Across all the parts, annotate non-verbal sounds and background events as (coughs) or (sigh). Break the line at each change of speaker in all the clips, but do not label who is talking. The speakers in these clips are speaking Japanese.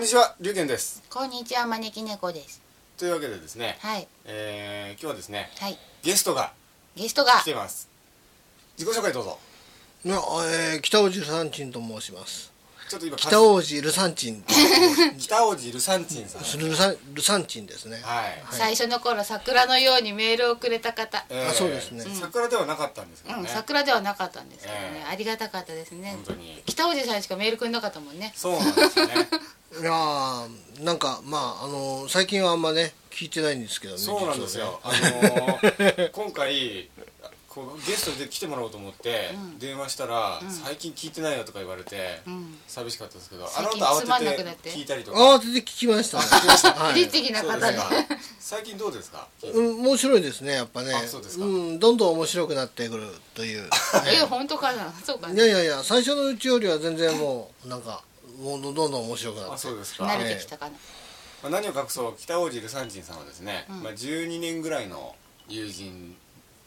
にちは、龍玄です。
こんにちは招き猫です。
というわけでですね、
はい
えー、今日はですね、
はい
ゲストが
ゲストが
来ています。自己紹介どうぞ。
なえー北王子ルサンチンと申します。
ちょっと今
北王子ルサンチン、
北王子ルサンチンさん。はい。
ルサンルサンチンですね。
最初の頃桜のようにメールをくれた方、
えー
あそうですね
桜ではなかったんですけど
うん
ね。
桜ではなかったんですけどね、
ええ
ありがたかったですね
本当に。
北おじさんしかメールくれなかったもんね
そうなんですよ
(laughs)
ね。
いやーなんかまああのー最近はあんまね聞いてないんですけどね。
そうなんですよ。あのー今回。こうゲストで来てもらおうと思って電話したら「最近聞いてないよ」とか言われて
ん
寂しかったですけどあ
最
の
近
後
つまんな
慌
くな
て
ってて
聞いたりとか
慌てて聞きましたね。は
理
い。
的な
そう
方
です
で
か最近どうですか
うん面白いですねやっぱね
あそうですか
んどんどん面白くなってくるという
(laughs)
え本当かなそうか
い
な
やいやいや最初のうちよりは全然もうなんかもうどんどん面白くな
あ
って
そうですか、
慣れてきたかな、
まあ、何を隠そう北王子ルサンチンさんはですね、まあ、12年ぐらいの友人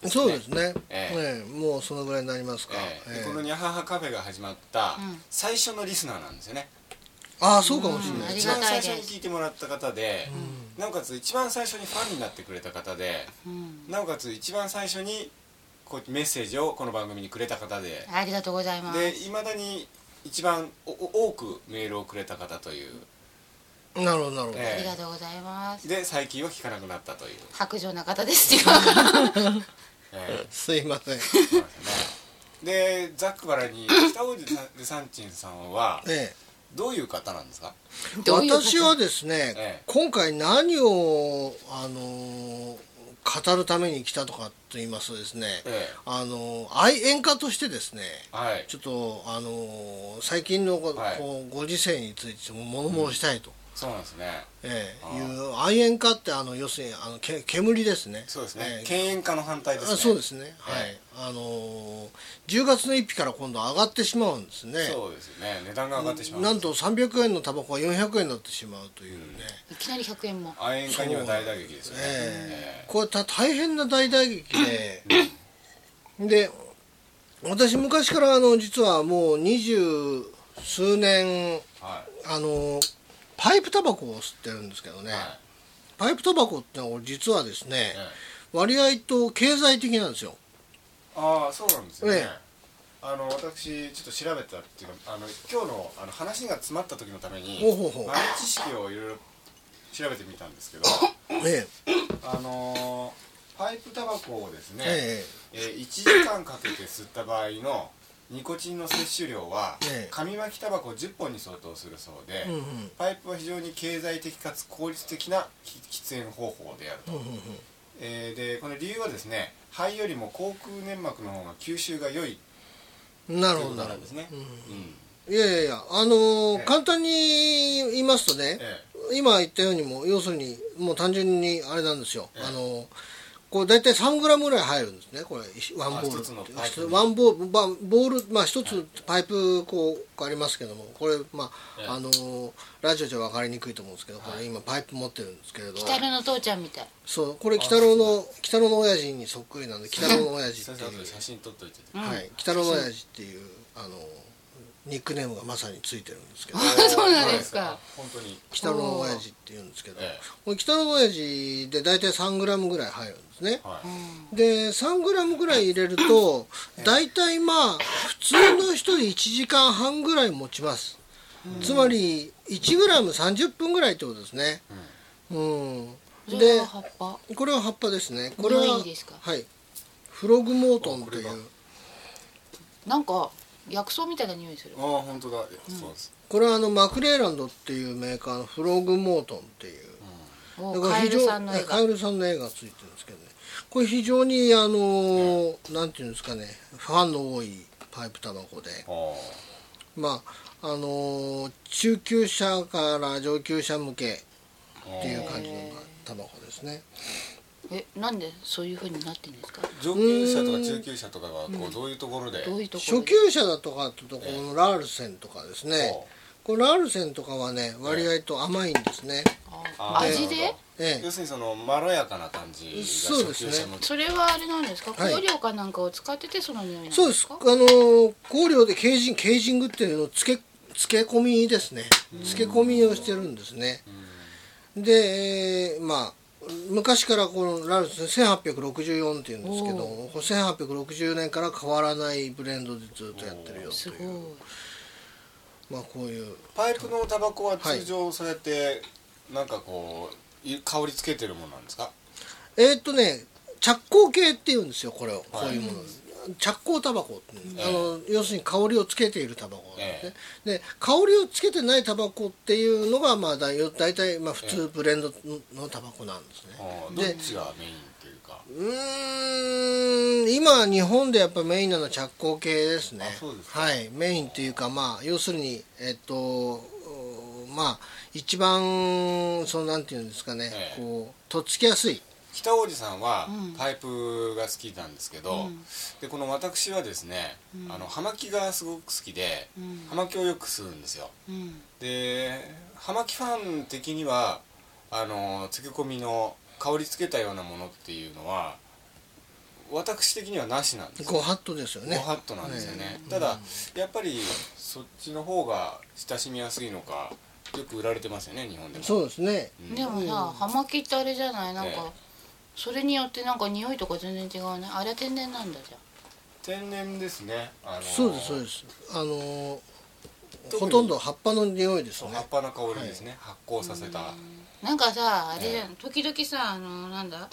ですね
そうですね
え
ねもうそのぐらいになりますか、
ええ
ええ
でこのニャハハカフェが始まった
うん
最初のリスナーなんですよね、
ああそうかもしれない
うんあり
一
が
番
たい
最
です
初に聞いてもらった方で、なおかつ一番最初にファンになってくれた方で
うん、
なおかつ一番最初にこうメッセージをこの番組にくれた方で
ありがとうございます
でいまだに一番おお多くメールをくれた方という
なるほどなるほど、
ええ
ありがとうございます
で最近は聞かなくなったという、
白状な方で
(laughs)
すよ
ええ
すい
(laughs)
ません
そうですねでざっくばらんに北大路ルサンチンさんは
え
どういう方なんですか
え、
どういうこと
私はですね、
ええ
今回何を、あのー語るために来たとかと言いますとですね、
ええ
あのー愛演歌としてですね
はい
ちょっと、あのー最近のご,、
はい
こうご時世についても物申したいと、
そうなんですね
え
あ
えいう愛演歌ってあの要するにあのけ煙ですね
そうですね、
ええ
敬遠化の反対ですね
あそうですね、はい、
え
あのー10月の1日から今度上がってしまうんですね
そうですよね値段が上がってしまう
なんと300円のタバコが400円になってしまうというね、
いきなり100円も
亜鉛化には大打撃ですよね
ええ
え
これた大変な大打撃でで私昔からあの実はもう二十数年
えはい
あのパイプタバコを吸ってるんですけどね、
はい
パイプタバコってのは実はですね、
ええ
割合と経済的なんですよ
ああそうなんですよね、
ええ
あの私ちょっと調べたっていうかあの今日のあの話が詰まった時のために
ほうほうほう
豆知識をいろいろ調べてみたんですけど
え
あのーパイプタバコをです
え
ね、
え
えー1時間かけて吸った場合のニコチンの摂取量は
ええ
紙巻きタバコ10本に相当するそうで、
えうんうん
パイプは非常に経済的かつ効率的なき喫煙方法であると、えーでこの理由はですね肺よりも口腔粘膜の方が吸収が良い
な
と
る
いう
ほ
こと
どなる
な
ほ
んですね、うん
どいやいやいやあのー
ええ
簡単に言いますとね、
え
今言ったようにも要するにもう単純にあれなんですよ、
ええ
あのこう大体3グラムぐらい入るんですねこれ一ワンボール
一つのパイプに
ワンボールばボールまあ一つパイプこうありますけどもこれまあ
え、え
あのラジオじゃ分かりにくいと思うんですけどこ
は
れ今パイプ持ってるんですけれど
北野の父ちゃんみたい
そうこれ北郎の北郎の親父にそっくりなんで北郎の親
え
父っ
先
て
生
い
後で
う
写真撮っといてて、
ん
はい北郎の親父っていうあのニックネームがまさについてるんですけど
そうなんですか
あ本当に
北郎の親父っていうんですけど、
ええ
これ北郎の親父で大体3グラムぐらい入るんですね、
はい、
で3グラムぐらい入れると大体まあ普通の人で1時間半ぐらい持ちますつまり1グラム30分ぐらいってことですねうん、
それ
で
は葉っぱ
これは葉っぱですねこれは
匂いですか
はいフログモートンとい
あこれ
う
だ
なんか薬草みたいな匂いする
ああ本当だ、そうです
これはあのマクレーランドっていうメーカーのフログモートンっていう
お
だ
う
から
カエ
非常
ルさんの絵
え
が
カエルさんの絵がついてるんですけどねこれ非常にあのーなんていうんですかねファンの多いパイプタバコで
ああ
まああのー中級者から上級者向けっていう感じのタバコですね
えなんでそういう風になってるんですか
上級者とか中級者とかはこうどういうところで、
どういうところ
初級者だとかってとこのラールセンとかですね
ほ
これラールセンとかはね割合と甘いんですね
あ
あー
味
なる
で
ほど
ええ
要するにそのまろやかな感じが
そうですね
初級者向け
それはあれなんですか香
はい
料かなんかを使っててその匂いなんですか
そうですあのー香料でケージンケージングっていうのをつけ漬け込みですね漬け込みをしてるんですねでえーまあ昔からこのラルス1864っていうんですけど
お
これ1860年から変わらないブレンドでずっとやってるよと
すご
いうまあこういう
パイルのタバコは通常そうやってなんかこうい香りつけてるものなんですか
えーっとね着工系っていうんですよこれを
は
こ
いう
いうもの、着工タバコっていうの、
ええ
あの要するに香りをつけているタバコなんですね、
え
で香りをつけてないタバコっていうのがまあだい大体まあ普通ブレンドのタバコなんですね、
あーど
で
っちがメインっていうか
うーん今日本でやっぱメインなのは着工系ですね
あそうですか
はいメインっていうかまあ要するにえっとうーまあ一番そのなんていうんですかね、
ええ
こうとっつきやすい
北王子さんは
うん
パイプが好きなんですけど、
うん
でこの私はですね、
うん
あの葉巻がすごく好きで
うん
葉巻をよく吸うんですよ
うん
で葉巻ファン的にはあの漬け込みの香りつけたようなものっていうのは私的にはなしなんですよ
ご法度ですよ
ご
ね
法度なんですよね
ね
ただやっぱりそっちの方が親しみやすいのかよく売られてますよね日本でも
そうですね
うん
でもさ葉巻ってあれじゃないなんか、
ええ
それによってなんか匂いとか全然違うねあれは天然なんだじゃん
天然ですね、あのー
そうですそうですあのー
特に
ほとんど葉っぱの匂いです
そ
よ
う
ね
葉っぱの香りですね、発酵させた、
なんかさあれじゃ
え
ん、時々さあのなんだ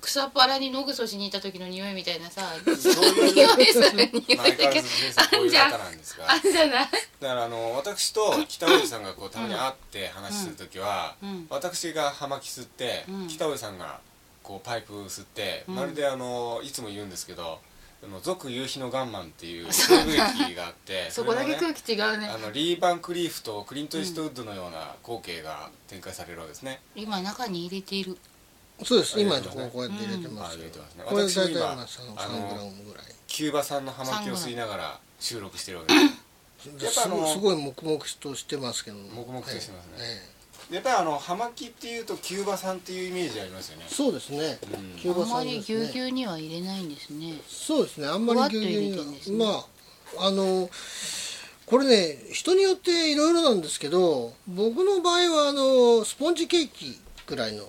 草っぱらに野ぐそしにいた時の匂いみたい
(laughs)
なさ
そういう
匂いする匂い
相変わ
だけ
ら
ど
ずジェイさんこういう方なんですが
あんじゃない
だからあの私と北上さんがこうたまに会って話する時は、
うん
私が葉巻吸って、
うん
北上さんがこうパイプ吸って、
うん
まるであのいつも言うんですけど「あの俗夕日のガンマン」っていう西部劇があって
(laughs) そこだ
れ
け
の
空
ね
気違うね
あのリー・バンクリーフとクリント・イーストウッドのような光景が展開されるわけですね、
今中に入れている
そうです今
そうです
こ
ね
うこうやって入れて
あ
ます
入
よ
れてますね
これ
私も
大体
今
まあ3
あ
グラ
の
ムぐらい
キューバ産の葉巻を吸いながら収録してるわけですやっぱあ
す
の
ごいすごい黙々としてますけど
黙々としてますね
はいえ
やっぱりあの葉巻っていうとキューバ産っていうイメージありますよね
え、そうですね
うん
キュー
あ
バ
んま
産
り
です
ぎゅうぎ
ね
ゅうには入れないんですね
そうですねあんまりぎゅうぎゅうに
ふわっと入れてんですね
まああのこれね人によっていろいろなんですけど僕の場合はあのスポンジケーキぐらいの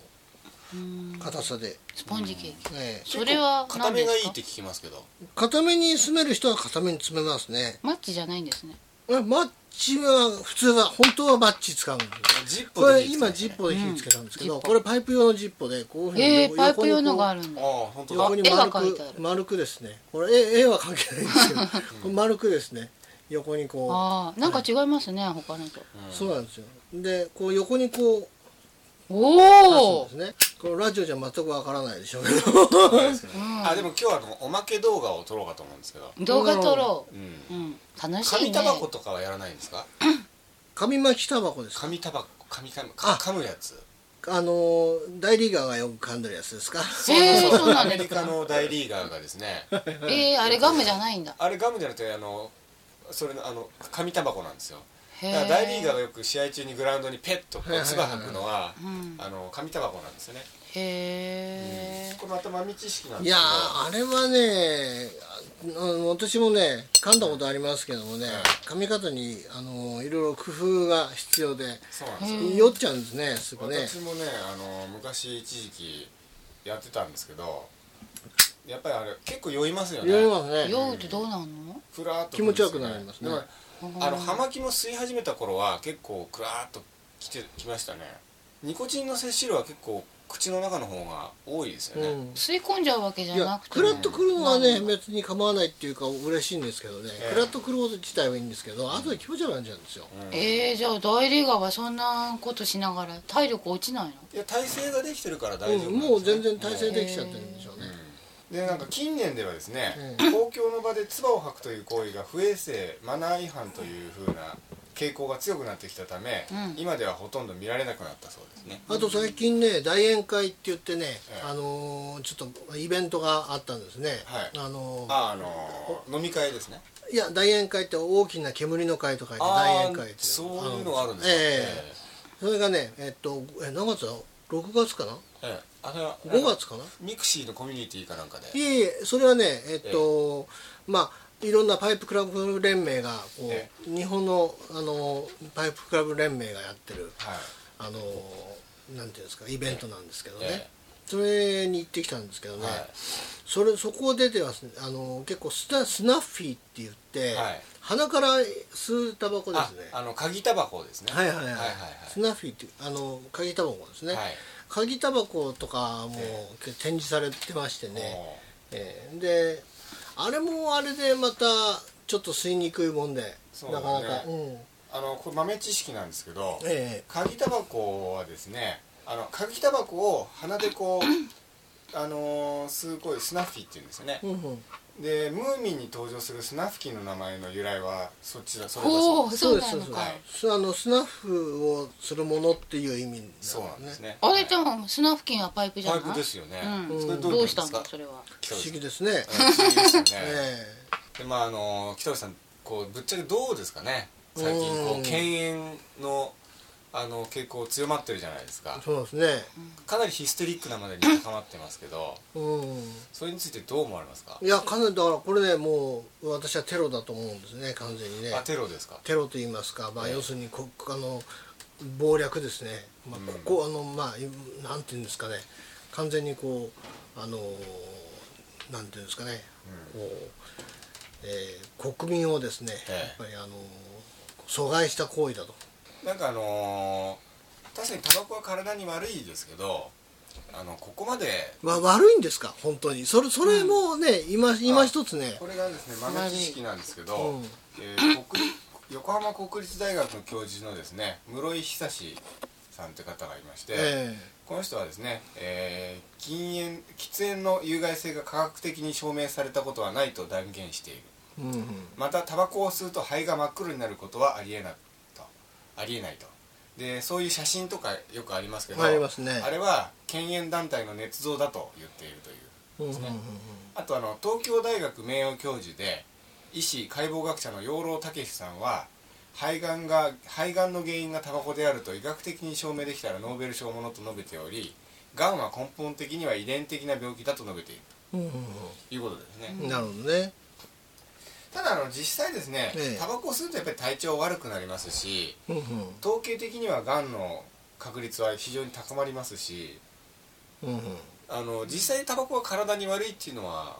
うん
硬さで、
スポンジケーキ
ええ
それは
結構固
何
め
ですか
がいいって聞きますけど
固めに詰める人は固めに詰めますね
マッチじゃないんですね
えマッチは普通だ本当はマッチ使うんです
ジッ
こ
ポで
れ
いいですね
今ジッポで火つけたんですけど、
うんジッポ
これパイプ用のジッポでこういうふうに
ええ
横
パイプ用の
横にこう
があるん
ああ
だ
本当だ
横に
あ
丸
絵が描いてあ
く
る
丸くですねこれ絵絵は関係ないんですけど
(laughs)
これ丸くですね横にこ
ああなんか違いますね他のと
うん
うそうなんですよでこう横にこう
お
出
お
すんですねこのラジオじゃ全くわからないでしょうけど
そうですねあでも今日はあのおまけ動画を撮ろうかと思うんですけど、
動画撮ろ
う、
うんうん楽しい
紙
ね
タバコとかはやらないんですか
紙巻きタバコですか
紙タバコ紙タバコか
あ
噛むやつ
あのー大リーガーがよく噛んでるやつですか
えーそうな
ア
んで
メ
す
リカ
か
の大リーガーがですね
えー、あれガムじゃないんだ
あれガムじゃなくてあのそれのあの紙タバコなんですよ
へ
だ
え
から大リーガーがよく試合中にグラウンドにペッとこ
はいは
う
い
唾吐くのは
うん
あの紙タバコなんですよね
へえ
これまた豆知識なん
い
で
や
す
ーあれはねああの私もね噛んだことありますけどもね噛み方にあのーいろいろ工夫が必要で
けどそうなんですよ
酔っちゃうんですねすぐね
私もねあの昔一時期やってたんですけどやっぱりあれ結構酔いますよね
酔いますね
酔うってどうなんの
ふらーっと
気持ちよくなりますね
でもあの葉巻も吸い始めた頃は結構クラーっときてきましたねニコチンの摂取量は結構口の中の方が多いですよね、
うん
吸い込んじゃうわけじ
い
ゃな
や
くて
クラッとくるのは
な
ね
んか
別に構わないっていうか嬉しいんですけどね、
ええ
クラッとくること自体はいいんですけど後で気持ち悪くなっちゃうんですよ、
うんい
えー、じゃあ大リーガーはそんなことしながら体力落ちないの
や体勢ができてるから
う
大
ん
丈夫、
もう全然体勢できちゃってるんでしょうね、
でなんか近年ではですね、
う
公共の場で唾を吐くという行為が不衛生マナー違反というふうな傾向が強くなってきたため、
うん
今ではほとんど見られなくなったそうですね、
あと最近ね大宴会って言ってね、
ええ
あのーちょっとイベントがあったんですね、
はい
あのー
ああのー飲み会ですね
いや大宴会って大きな煙の会と書いて大宴会って
そういうのがあるんですか
ええそれがねえっとえ何月だ6月かな
ええええあれは
5月かな
ミクシーのコミュニティかなんかで
いえいえそれはねえっと、まあいろんなパイプクラブ連盟がこ
え
う日本のあのパイプクラブ連盟がやってる
はい
あのなんていうんですかイベントなんですけどね、
ええ
それに行ってきたんですけどね、
はい
それそこ出てはすあの結構スナスナッフィーって言って、
はい
鼻から吸うタバコで
あ
すね
あの鍵タバコですね
はいはいはい,、
はいはい
スナッフィーってあの鍵タバコですね、
はい
鍵タバコとかも
え
展示されてましてね、
おー
ええであれもあれでまたちょっと吸いにくいもんで、
そう
な
だね
かなか、うん、
あのこれ豆知識なんですけど、
ええ
鍵タバコはですねあの鍵タバコを鼻でこう
(coughs)
あのーすごいスナッフィーっていうんですよね、
うんうん
でムーミンに登場するスナフキンの名前の由来はそっちだそれだ
お
そ
お
うです
そうなの
そう
か
すあのスナッフをするものっていう意味なんです
そうなんです
ね
ね
あれじゃんスナフキンはパイプじゃな
パ
い
イプですよね、
うん
それどう
ど
いうう
し
ことです
たんだ
か
それは
(laughs)
不思議ですね、
うん不思議ですよね
え
でまああの北口さんこうぶっちゃけどうですかね最近こう
う
ん犬猿のあの傾向強まってるじゃないです
え
か
そうですね
かなりヒステリックなまでに高まってますけど
う
それについてどう思われますか
んいやかなりだからこれねもう私はテロだと思うんですね完全にね
あテロですか
テロと言いますか、まあ、
ええ
要するにこあの謀略ですね、ま
うん
あ、ここ、あのまあいなんていうんですかね完全にこうあのなんていうんですかね、こう、えー国民をですね、
ええ
やっぱりあの阻害した行為だと。
なんかあのー確かにタバコは体に悪いですけどあのここまで
わ悪いんですか本当にそれそれもね、今今一つね
これがですね豆知識なんですけど、
うん
えー国立横浜国立大学の教授のですね室井久志さんという方がいまして、
え
この人はですね、えー禁煙喫煙の有害性が科学的に証明されたことはないと断言している
えうんうん
またタバコを吸うと肺が真っ黒になることはありえないとありえないとでそういう写真とかよくありますけど
ありますね
あれは禁煙団体の捏造だと言っているという
うんうんうん
あとあの東京大学名誉教授で医師解剖学者の養老孟さんは肺がんが肺がんの原因がタバコであると医学的に証明できたらノーベル賞ものと述べておりがんは根本的には遺伝的な病気だと述べている
うんうん
ということですね、
うんなるほどね
ただあの実際ですね
ええ
タバコを吸うとやっぱり体調悪くなりますし
うん
統計的にはがんの確率は非常に高まりますし
うんうんうん
あの実際にタバコは体に悪いっていうのは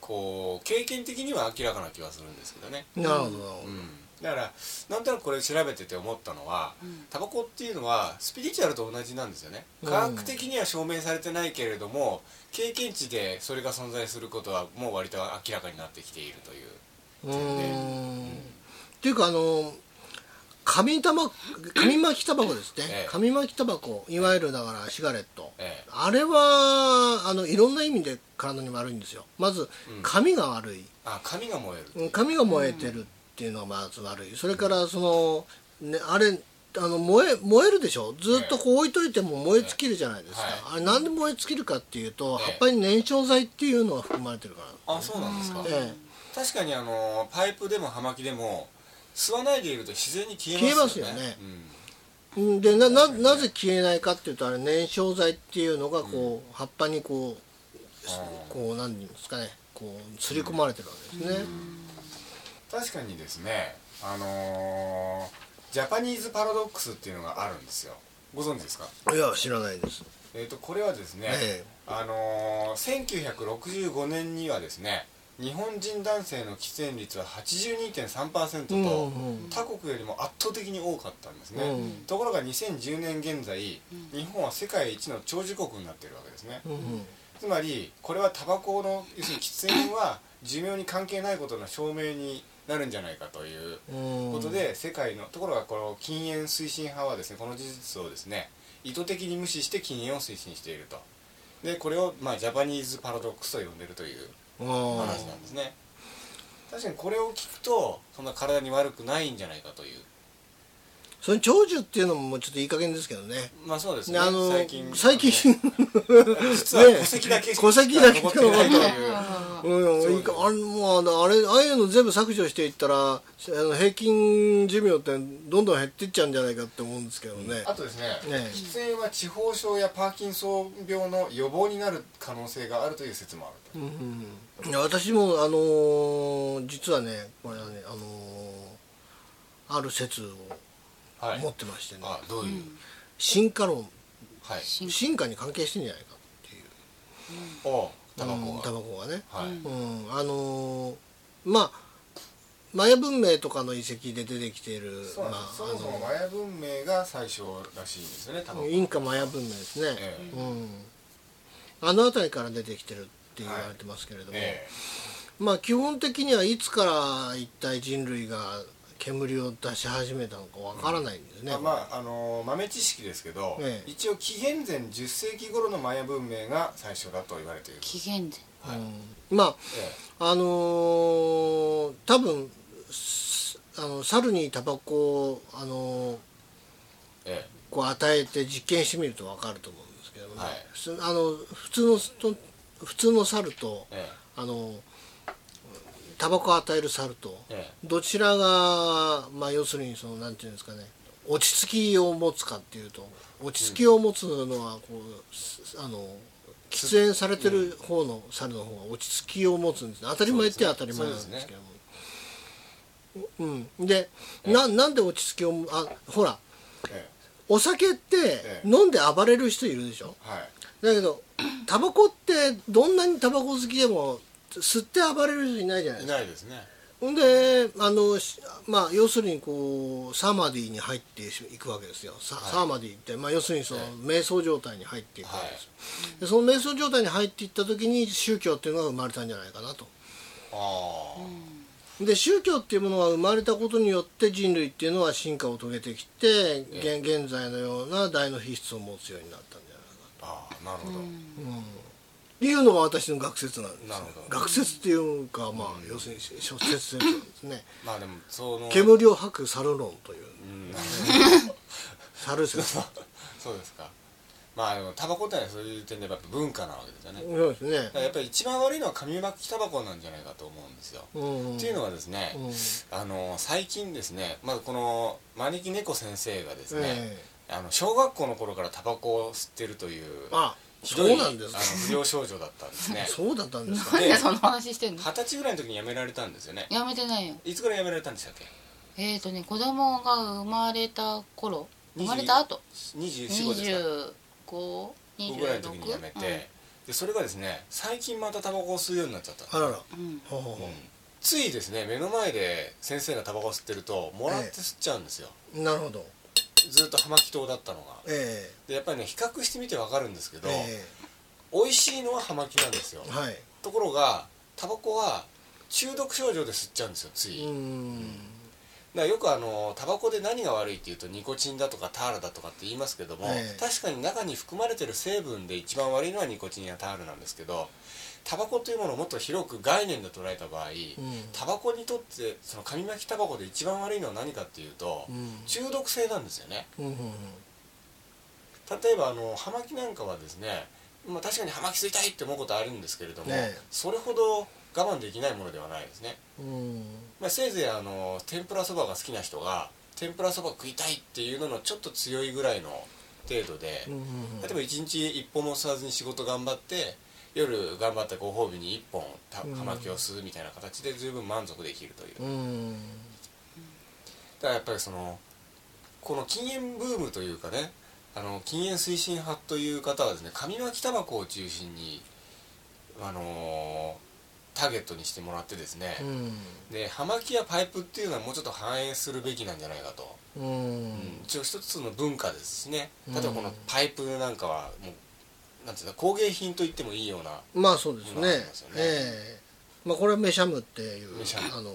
こう経験的には明らかな気はするんですけどね
なるほど
うん、だからなんとなくこれ調べてて思ったのは
うん
タバコっていうのはスピリチュアルと同じなんですよね
うん
科学的には証明されてないけれども経験値でそれが存在することはもう割と明らかになってきているという
うーんっていうかあの紙たば紙巻きタバコですね、
ええ
紙巻きタバコいわゆるだからシガレット、
ええ
あれはあのいろんな意味で体に悪いんですよまず
うん
紙が悪い、
あ紙が燃えるっていう
紙が燃えてるっていうのがまず悪いそれからその、ね、あれあの燃え燃えるでしょずっとこう置いといても燃え尽きるじゃないですか、
は
あれなんで燃え尽きるかっていうと、
ええ
葉っぱに燃焼剤っていうのが含まれてるから
あそうなんですか、
ええ
確かにあのパイプでも葉巻でも吸わないでいると自然に消えますよね
消えますよね
うん
うんでなななぜ消えないかっていうとあれ燃焼剤っていうのがこう、葉っぱにこうす
あー
こう何ていうんですかねこう刷り込まれてるわけですね、
確かにですねあのージャパニーズパラドックスっていうのがあるんですよご存知ですか
いや知らないです、
えー、とこれはですね、
え
あのー1965年にはですね日本人男性の喫煙率は82.3%と、
うんうん
他国よりも圧倒的に多かったんですね、
うん
ところが2010年現在日本は世界一の長寿国になっているわけですね、
うんうん
つまりこれはタバコの要するに喫煙は寿命に関係ないことの証明になるんじゃないかという
うん
ことで世界のところがこの禁煙推進派はですねこの事実をですね意図的に無視して禁煙を推進しているとでこれをまあジャパニーズパラドックスと呼んでるという
あ
話
ー
なんですね確かにこれを聞くとそんな体に悪くないんじゃないかという
その長寿っていうのももうちょっといい加減ですけどね
まあそうです
ね
ね
あの
最近
最近
あの (laughs) 実は
ね
戸籍だけ
戸籍だけ
残ってないと
残
いう
(laughs) うん
そう
いいかあれもうあのあれああいうの全部削除していったらあの平均寿命ってどんどん減っていっちゃうんじゃないかって思うんですけどね、
あとですね
ね
喫煙は痴呆症やパーキンソン病の予防になる可能性があるという説もあると
うん、私もあのー実はねこれはねあのーある説を
はい
持ってましてね、
あどういう、
進化論
はい
進化
進化に関係してんじゃないかっていう
おタバコ
うん
が、
タバコがね、
はい、
うん
うん、あのーまあマヤ文明とかの遺跡で出てきている
そう
ま
なん
あ
ですそもそも
あ
マヤ文明が最初らしいんですよねタバコ
のインカマヤ文明ですね、
ええ
うん、あの辺りから出てきてるって言われてますけれども、
え
まあ基本的にはいつから一体人類が煙を出し始めたのかわからないんです
え
ね、
まあまああのー豆知識ですけど、
ええ
一応紀元前10世紀頃のマヤ文明が最初だと言われている、
紀元前
はい
うんま
え
ああのー多分すあの猿にタバコを、あのー
ええ
こう与えて実験してみるとわかると思うんですけどね、
はい
すあの普通のと普通の猿と
ええ
あのタバコを与える猿と
ええ
どちらが、まあ、要するにそのなんていうんですかね落ち着きを持つかっていうと落ち着きを持つのはこうすあの喫煙されてる方の猿の方が落ち着きを持つんですね当たり前って当たり前なんですけどもうんでななんで落ち着きをもあほら
ええ
お酒
え
って
え
飲んで暴れる人いるでしょ
はい
だけどタバコってどんなにタバコ好きでも吸って暴れる人いないじゃない
い
ですか
ないですね
ほんであのしまあ要するにこうサマディに入っていくわけですよサ,、
はい
サマディって、まあ、要するにその
え
瞑想状態に入っていくわけですよ、でその瞑想状態に入っていった時に宗教っていうのが生まれたんじゃないかなと
ああ、
で宗教っていうものが生まれたことによって人類っていうのは進化を遂げてきて現現在のような大の皮質を持つようになったんじゃないか
ああなるほど、
っていうのが私の学説なんですよ
なるほど
学説っていうかまあ要するに諸説説ですね
まあでもその
煙を吐く猿論という
うん
猿
(laughs)
説
(laughs) そうですかまあでもタバコってのはそういう点でやっぱ文化なわけですよね、だ
そうですね
からやっぱり一番悪いのは紙巻きタバコなんじゃないかと思うんですよ、
うん
っていうのはですね、
うん
あの最近ですね、まあ、この招き猫先生がですね、
ええ
あの小学校の頃からタバコを吸ってるという
あ
ひどい
そうなんです
あ
か
の不良少女だったんですね
(laughs) そうだった
(laughs)
んですか
なんでその話してんの
二十歳ぐらいの時に辞められたんですよね
やめてないよ
いつぐらい辞められたんでしたっけ
えっ、ー、とね子供が生まれた頃生まれた後
2425ですか
2526
僕ぐらいの時に辞めて、でそれがですね最近またタバコを吸うようになっちゃったんです
あららほ
うんうん
うほう
うん
ほ
ついですね目の前で先生がタバコを吸ってるともらって吸っちゃうんですよ、
うなるほど
ずっと葉巻糖だったのが
え
でやっぱりね比較してみてわかるんですけ
え
ど、
え
美味しいのは葉巻なんですよ
えはい
ところがタバコは中毒症状で吸っちゃうんですよつい、
う
だか
ん
らよくあのタバコで何が悪いっていうとニコチンだとかタールだとかって言いますけども、
ええ
確かに中に含まれてる成分で一番悪いのはニコチンやタールなんですけどタバコというものをもっと広く概念で捉えた場合、
うん
タバコにとってその紙巻きタバコで一番悪いのは何かっていうと、
うん
中毒性なんですよね
うんうんうん
例えばあの葉巻なんかはですね、まあ、確かに葉巻吸いたいって思うことあるんですけれども、
ねえ
それほど我慢できないものではないですね、
うん
まあ、せいぜいあの天ぷらそばが好きな人が天ぷらそば食いたいっていうののちょっと強いぐらいの程度で、
うんうんうん
例えば一日一本も吸わずに仕事頑張って夜頑張ったご褒美に一本た
うん
葉巻を吸うみたいな形で十分満足できるという、
うん
だからやっぱりそのこの禁煙ブームというかねあの禁煙推進派という方はですね紙巻きタバコを中心に、あのーターゲットにしてもらってですね、で葉巻やパイプっていうのはもうちょっと反映するべきなんじゃないかと、
うんうん
うん一応一つの文化ですしね
うん
例えばこのパイプなんかはもうなんていうの工芸品と言ってもいいような
まあそうですね
まあありますよね
ええまあ、これはメシャムっていう
メシャム
あの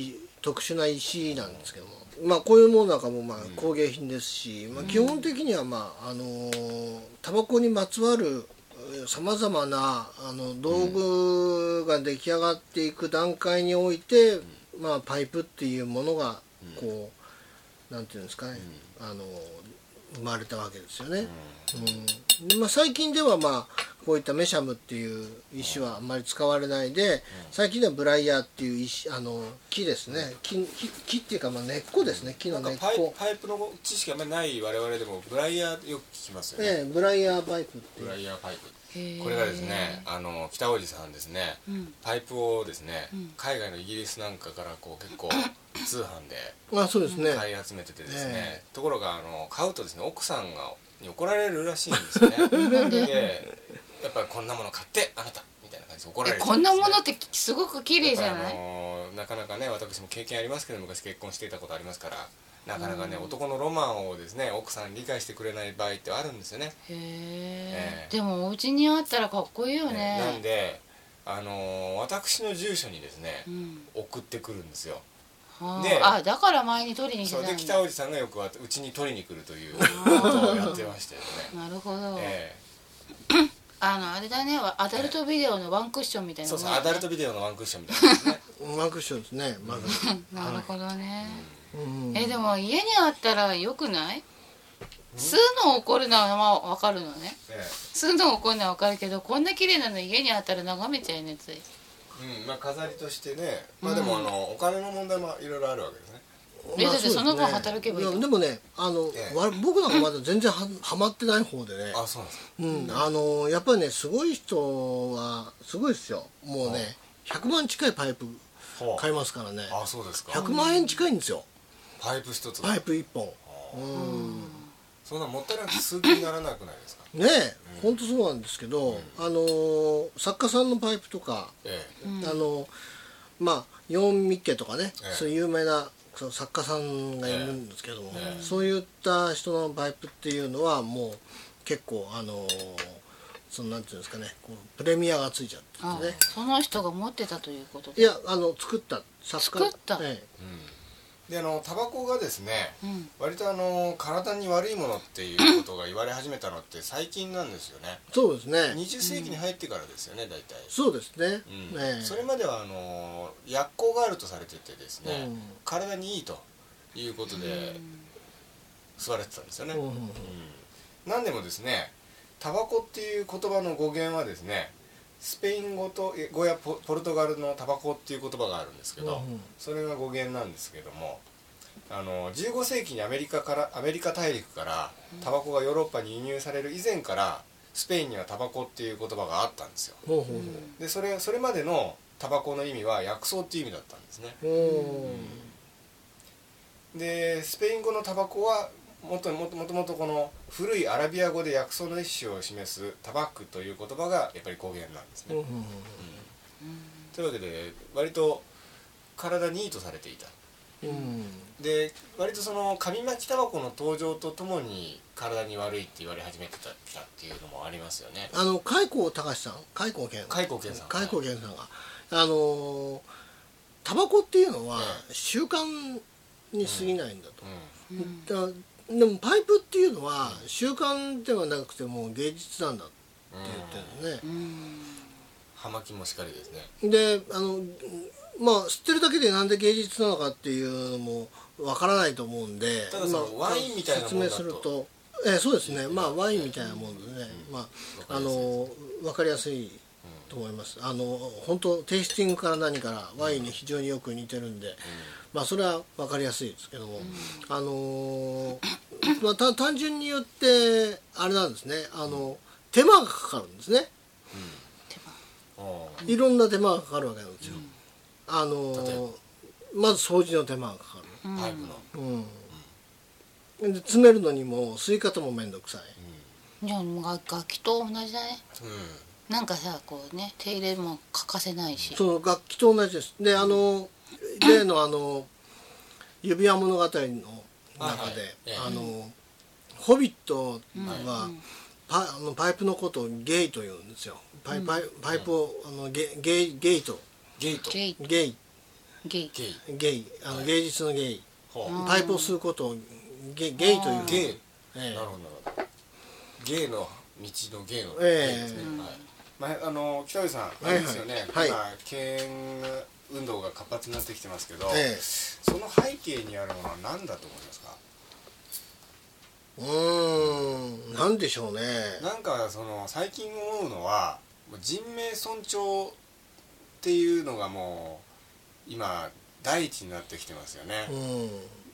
い特殊な石なんですけども、まあ、こういうものなんかもまあ
うん
工芸品ですし、まあ、基本的にはまああのータバコにまつわるさまざまなあの道具が出来上がっていく段階において、まあ、パイプっていうものがこう、なんていうんですかね、あの生まれたわけですよね。うんでまあ、最近ではまあこういったメシャムっていう石はあんまり使われないで最近ではブライヤーっていう石あの木ですね木木木っていうかまあ根っこですね木
な
の
んか
根っ
パイ
こ、
パイプの知識あんまりない我々でもブライヤーよく聞きますよね、
ええ、ブライヤーバイクってい
ブラ
う
イヤーパイプ
へー
これがですねあの北大路さんですね、
うん
パイプをですね、
ん
海外のイギリスなんかからこう結
(laughs)
構通販で
あそうですね、
買い集めててですね、
え
ところがあの買うとですね奥さんがに怒られるらしいんですね
(laughs) なんで
やっぱりこんなもの買ってあなたみたいな感じで怒ら
え
れる
こんなもの
っ
ってすごく綺麗じゃない、
なかなかね私も経験ありますけど昔結婚していたことありますからなかなかね、男のロマンをですね奥さん理解してくれない場合ってあるんですよね
へ
ええ
えでもお家にあったらかっこいいよね
なんで、あのー私の住所にですね、
うん
送ってくるんですよ
はあ
で
あだから前に取りに来
そ
て
れ
た
で
ん
北
だ
おじさんがよくわうちに取りに来るということをやってましたよね、
なるほど、
え
あのあれだねわアダルトビデオのワンクッションみた
え
いな
そ
も
うんそう
だね
アダルトビデオのワンクッションみたいな (laughs) ですね
マグションですねマグション
なるほどね、
うん
えでも家にあったらよくない吸うの怒るのはまあわかるのね
え
吸うの怒るのはわかるけどこんな綺麗なの家にあったら眺めちゃいねつい
えうんまあ飾りとしてねまあでもあの、お金の問題もいろいろあるわけですね
えだって
うです
その分働けばいいじゃん
やでもねあの、
ええ
わ僕なんかまだ全然ははまってない方でね
あそうなんですか
うん、あのやっぱりねすごい人はすごいですよもうね100万近いパイプ
ほう
買いますからね
あそうですか
100万円近いんですよ
パイプ一つ
パイプ1本うん
そんなもったいなくて数気にならなくないですか
ねえほんとそうなんですけど、あの作家さんのパイプとか、
ええ
あのまあ四ミッケとかね、
ええ
そういう有名なその作家さんがいるんですけども、
ええ
そういった人のパイプっていうのはもう結構あのそのなんていうんですかねこうプレミアがついちゃっ
あ
ててね
その人が持ってたということ
い
で
やあの作った作家
作った
え
であのタバコがですね、
うん
割とあの体に悪いものっていうことが言われ始めたのって最近なんですよね
えそうですね
20世紀に入ってからですよね大体、
そうですね、
うん
ええ
それまではあの薬効があるとされててですね、
うん
体にいいということで吸われてたんですよね、
うんうんうん
なんでもですねタバコっていう言葉の語源はですねスペイン語とえ語やポポルトガルのタバコっていう言葉があるんですけど、
うんうん
それが語源なんですけどもあの15世紀にアメリカからアメリカ大陸からタバコがヨーロッパに輸入される以前からスペインにはタバコっていう言葉があったんですよ
ほうほう
でそれそれまでのタバコの意味は薬草っていう意味だったんですね
ほうお
でスペイン語のタバコはもともともともとこの古いアラビア語で薬草の一種を示すタバックという言葉がやっぱり語源なんです
ーうんう
ね
んうん
というわけで割と体にいいとされていた
うん
で割とその紙巻きタバコの登場とともに体に悪いって言われ始めてたきたっていうのもありますよね
あの開口隆さん開口健
開口健さん
開口健さんがあのータバコっていうのは
う
習慣に過ぎないんだと
う、ん
うん
だでもパイプっていうのは習慣ではなくてもう芸術なんだって
うん
言ってるのね
う、ん
葉巻もしかりですね
であのまあ知ってるだけでなんで芸術なのかっていうのもわからないと思うんで
ただその
まあ
ワインみたいなものだと
説明するとえーそうですねまあワインみたいなものでね、まああのわかりやすいと思いますあの本当テイスティングから何からワインに非常によく似てるんで、まあそれはわかりやすいですけども、あのーまあた単純に言ってあれなんですねあの手間がかかるんですね
手間
う
いろんな手間がかかるわけなんですよ、あの
例えば
ーまず掃除の手間がかかる
んパイプの、
うんで詰めるのにも吸い方も面倒くさい
じゃあもう楽楽器と同じだね
うんうん
なんかさこうね手入れも欠かせないし
その楽器と同じですであの例のあの指輪物語の中であ,、
はいはいええ
のホビットは、
うん
パあのパイプのことをゲイと言うんですよパイパイパイプをあのゲゲイゲイと
ゲイト
ゲイ
ゲイ
ゲイ
ゲイ
ゲイあの芸術のゲイ
ほう
パイプを吸うことをゲゲイという
ゲイ
ええ
なるほどなるほど芸の道の芸の芸
ええ
ですね、はい、まあ、あの北上さんあ
はいはい
れですよね、
はい
今敬遠運動が活発になってきてますけど、
ええ
その背景にあるものは何だと思いますか
うーんなんでしょうね
なんかその最近思うのはもう人命尊重っていうのがもう今第一になってきてますよね、
うん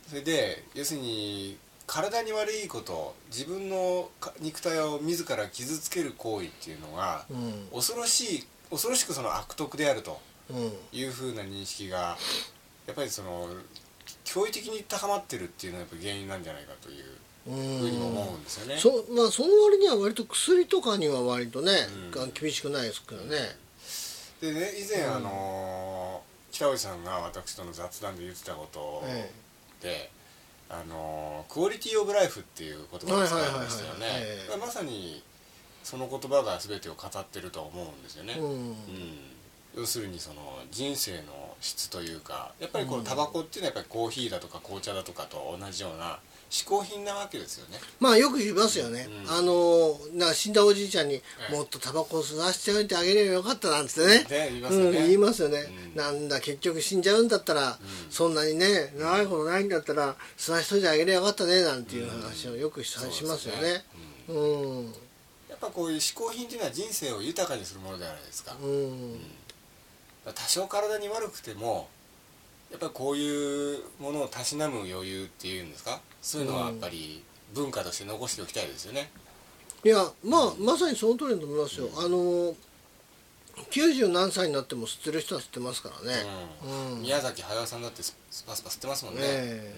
それで要するに体に悪いこと自分のか肉体を自ら傷つける行為っていうのが
うん
恐ろしい恐ろしくその悪徳であると
うん
いうふうな認識がやっぱりその驚異的に高まってるっていうのがやっぱ原因なんじゃないかというふうにも思うんですよね。
そまあその割には割と薬とかには割とね、
うん
厳しくないですけどね
でね以前、あのー北尾さんが私との雑談で言ってたこと
え
で、あのークオリティオブライフっていう言葉を使いましたよね
はいはいはいはいええ
まあまさにその言葉が全てを語ってるとは思うんですよね、
えうん
うん要するにその人生の質というかやっぱりこ
う
の
ん
タバコっていうのはやっぱりコーヒーだとか紅茶だとかと同じような嗜好品なわけですよね
まあよく言いますよね、
うん
あのなんか死んだおじいちゃんに
ええ
もっとタバコを吸わせておいてあげればよかったなんつってね
で言います
う
よ
ん、
ね、
言いますよね、
うん
なんだ結局死んじゃうんだったら、
うん
そんなにね長いことないんだったら吸わしといてあげればよかったねなんていう話をよくし,、
そうです
し
ね
ますよね
う
うん
やっぱこういう嗜好品っていうのは人生を豊かにするものじゃないですか、
うん、
多少体に悪くてもやっぱりこういうものをたしなむ余裕っていうんですかそういうのはやっぱり文化として残しておきたいですよね。
いやまあまさにその通りだと思いますよ、あの90何歳になっても吸ってる人は吸ってますからね、
うん
うん
宮崎駿さんだってススパスパ吸ってますもんね。
え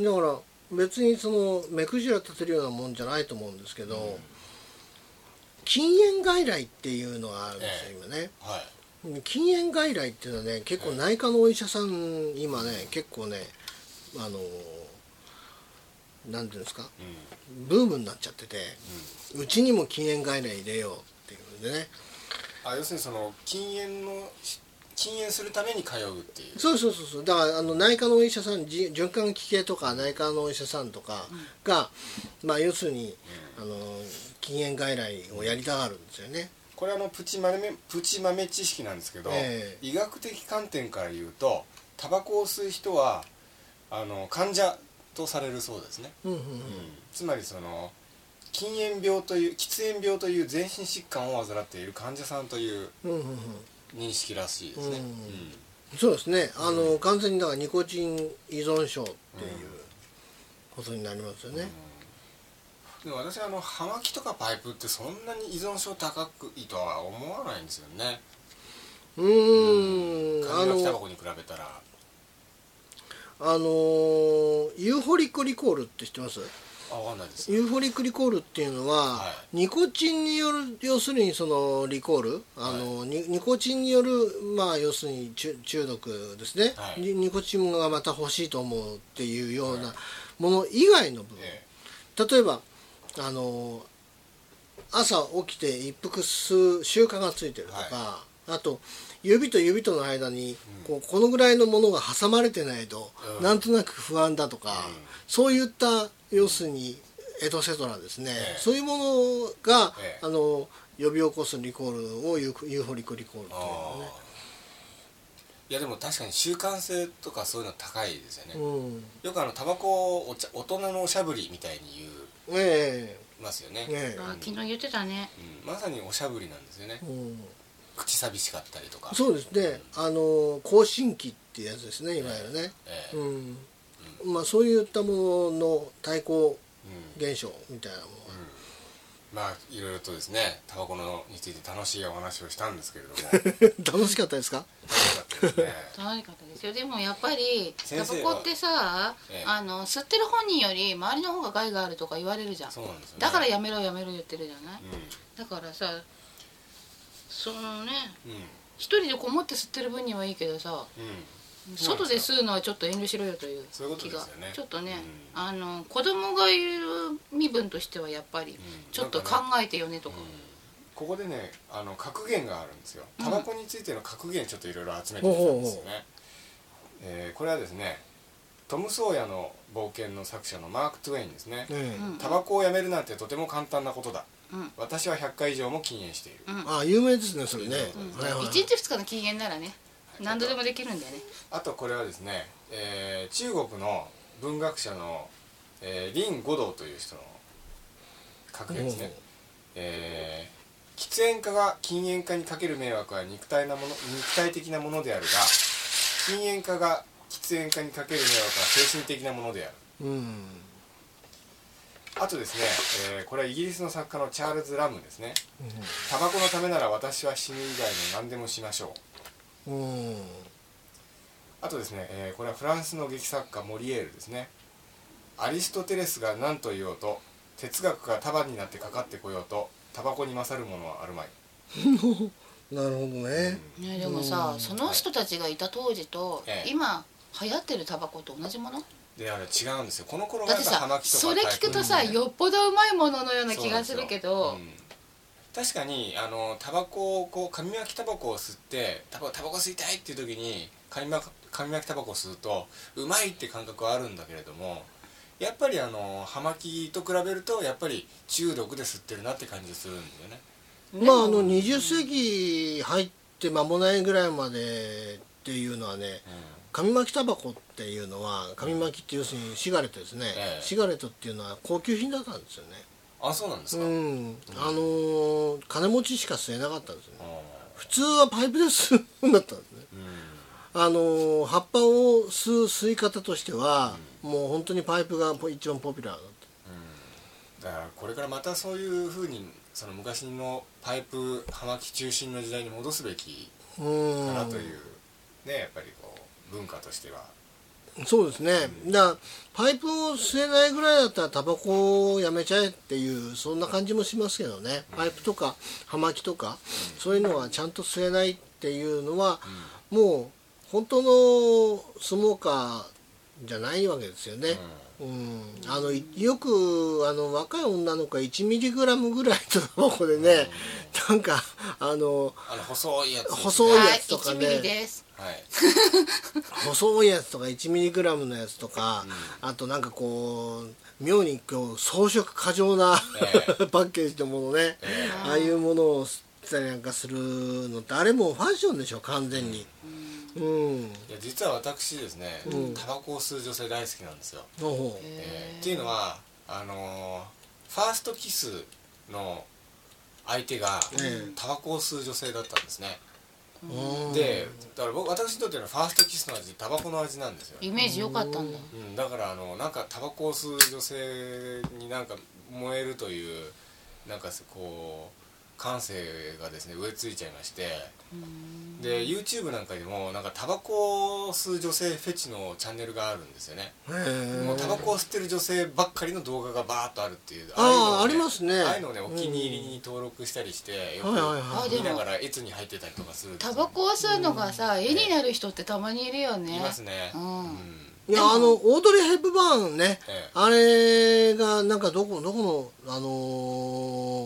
だから別にその目くじら立てるようなもんじゃないと思うんですけど、
うん
禁煙外来っていうのがあるんですよ、
え
今ね
うんはい
禁煙外来っていうのはね結構内科のお医者さん今ね結構ねあのなんていうんですか
うん
ブームになっちゃっててうちにも禁煙外来入れようっていうのでね
あ要するにその禁煙のし禁煙するために通うっていう。
そうそうそうそうだからあの内科のお医者さんじ循環器系とか内科のお医者さんとかが、まあ要するにあの禁煙外来をやりたがるんですよね
これあのプチ豆プチ豆知識なんですけど、
ええ
医学的観点から言うとタバコを吸う人はあの患者とされるそうですね。
うんうんうん
つまりその禁煙病という喫煙病という全身疾患を患っている患者さんという
うんうんうん
認識らしいですね、
う
うんん
そうですねあの、完全にだからニコチン依存症っていうことになりますよね、
でも私あの葉巻とかパイプってそんなに依存症高くいいとは思わないんですよね
うーん、あ
紙巻きタバ
の
コに比べたら
あのーユーホリクリコールって知ってます
あ分かんないです
ユーフォリックリコールっていうのは、
は
ニコチンによる要するにそのリコールあの、にニコチンによるまあ要するに中中毒ですね、
はい
にニコチンがまた欲しいと思うっていうようなもの以外の部分、
え
例えばあの朝起きて一服吸う習慣がついてるとか、あと指と指との間にこうこのぐらいのものが挟まれてないと、
うん
なんとなく不安だとか、
うん
そういった要するにエトセトラですね、
ええ
そういうものが、
ええ
あの呼び起こすリコールをユーユーフォリコリコールって
あ
いうのね
あいやでも確かに習慣性とかそういうの高いですよね、
うん
よくあのタバコをお茶大人のおしゃぶりみたいに言い
え
ますよね
えええ
あ昨日言ってたね
うんまさにおしゃぶりなんですよね
うん
口寂しかったりとか
そうですねあの更新期っていうやつですねいわゆるね、
ええ
うん、まあそういったものの対抗
うん
現象みたいなも
まあいろいろとですねタバコのについて楽しいお話をしたんですけ
(laughs)
れども
の、楽しかったですか
楽しかったですね
楽しかったですよでもやっぱりタ
先生は
バコってさ、
ええ
あの吸ってる本人より周りの方が害があるとか言われるじゃん
そうなんですよね
だからやめろやめろ言ってるじゃな
う
い、だからさそのね
んうん
一人でこもって吸ってる分にはいいけどさ
うん
外で吸うのはちょっと遠慮しろよという
そういうこと
気
で
が
すよね
ちょっとね
う
あの子供がいる身分としてはやっぱり
ん
ちょっと
なん
考
かね
えてよねとか
うんここでねあの格言があるんですよ
うん
タバコについての格言ちょっといろいろ集めてきたんですよね、えーこれはですねトム・ソーヤの冒険の作者のマーク・トゥエインですね、
ええ
うん
タバコをやめるなんてとても簡単なことだ
うん
私は100回以上も禁煙している、
うん
ああ有名ですねそれね、
うん
はいはい
1日2日の禁煙ならね何度でもできるんだよね
あとこれはですね、えー中国の文学者の、えー林五道という人の格言ですね、えー喫煙家が禁煙家にかける迷惑は肉体なもの肉体的なものであるが禁煙家が喫煙家にかける迷惑は精神的なものである
うん
あとですね、えーこれはイギリスの作家のチャールズ・ラムですね「タバコのためなら私は死ぬ以外の何でもしましょう」
うんうん
あとですね、えーこれはフランスの劇作家モリエールですねアリストテレスが何と言おうと哲学が束になってかかってこようとタバコに勝るものはあるまい
なるほどね
ねでもさ、
うん
その人たちがいた当時と、
ええ
今流行ってるタバコと同じもの
であれ違うんですよこの頃は
だって
やぱ葉
さ
巻とか
それ聞くとさ、
大根
よっぽどうまいもののような
そうな
気
ん
が
ですよ
るけど、
うん確かにあのタバコをこう紙巻きタバコを吸ってタバタバコ吸いたいっていう時に紙巻紙巻きタバコを吸うとうまいって感覚はあるんだけれどもやっぱりあの葉巻と比べるとやっぱり中毒で吸ってるなって感じするんだよね
で
まあ
も
あの20世紀入って間もないぐらいまでっていうのはね紙巻きタバコっていうのは紙巻きって要するにシガレットですね、
ええ
シガレットっていうのは高級品だったんですよね
あそうなんです
う
か、あ
んあのー金持ちしか吸えなかったんですよね
ー
普通はパイプで吸うんだったんですね
うん
あのー葉っぱを吸う吸い方としては、もう本当にパイプがポ一番ポピュラーだっ
だからこれからまたそういうふうにその昔のパイプ葉巻中心の時代に戻すべき
た
か
う
なんという、ねやっぱりこう文化としては
そうですねだからパイプを吸えないぐらいだったらタバコをやめちゃえっていうそんな感じもしますけどねパイプとか葉巻とか、そういうのはちゃんと吸えないっていうのは、もう本当のスモーカーじゃないわけですよね、うん、あのいよくあの若い女の子が1ミリグラムぐらいのタバコでね、なんかあ
あ
の
の細いやつ、
細
はいい
やつとか
1
ね
ミリです
はい、
細いやつとか1ミリグラムのやつとか、あとなんかこう妙にこう装飾過剰な、
え
(laughs) パッケージのものね、
え
ああいうものを吸ったりなんかするのってあれもうファッションでしょ完全にうん、
いや実は私ですねタバコを吸う女性大好きなんですよ、
ほうほ
えーっていうのはあのーファーストキスの相手が
ええ
タバコを吸う女性だったんですね、
ううん
でだから僕私にとってのファーストキスの味タバコの味なんですよ
イメージ良かったんだ
うん、だからあのなんかタバコを吸う女性になんか燃えるというなんかこう感性がですね植え付いちゃいましてで YouTube なんかでもなんかタバコを吸う女性フェチのチャンネルがあるんですよね
へえ
もうタバコを吸ってる女性ばっかりの動画がバーッとあるっていう
あー
いうのを
ありますね
ああいうのをねお気に入りに登録したりしてよく
はいはいはい
見ながらいつに入ってたりとかするんですよ
タ
ね
バコを吸うのがさ、絵になる人ってたまにいるよね
いますね
うん
いやあのオードリー・ヘップバーンね、
ええ
あれがなんかどこどこのあの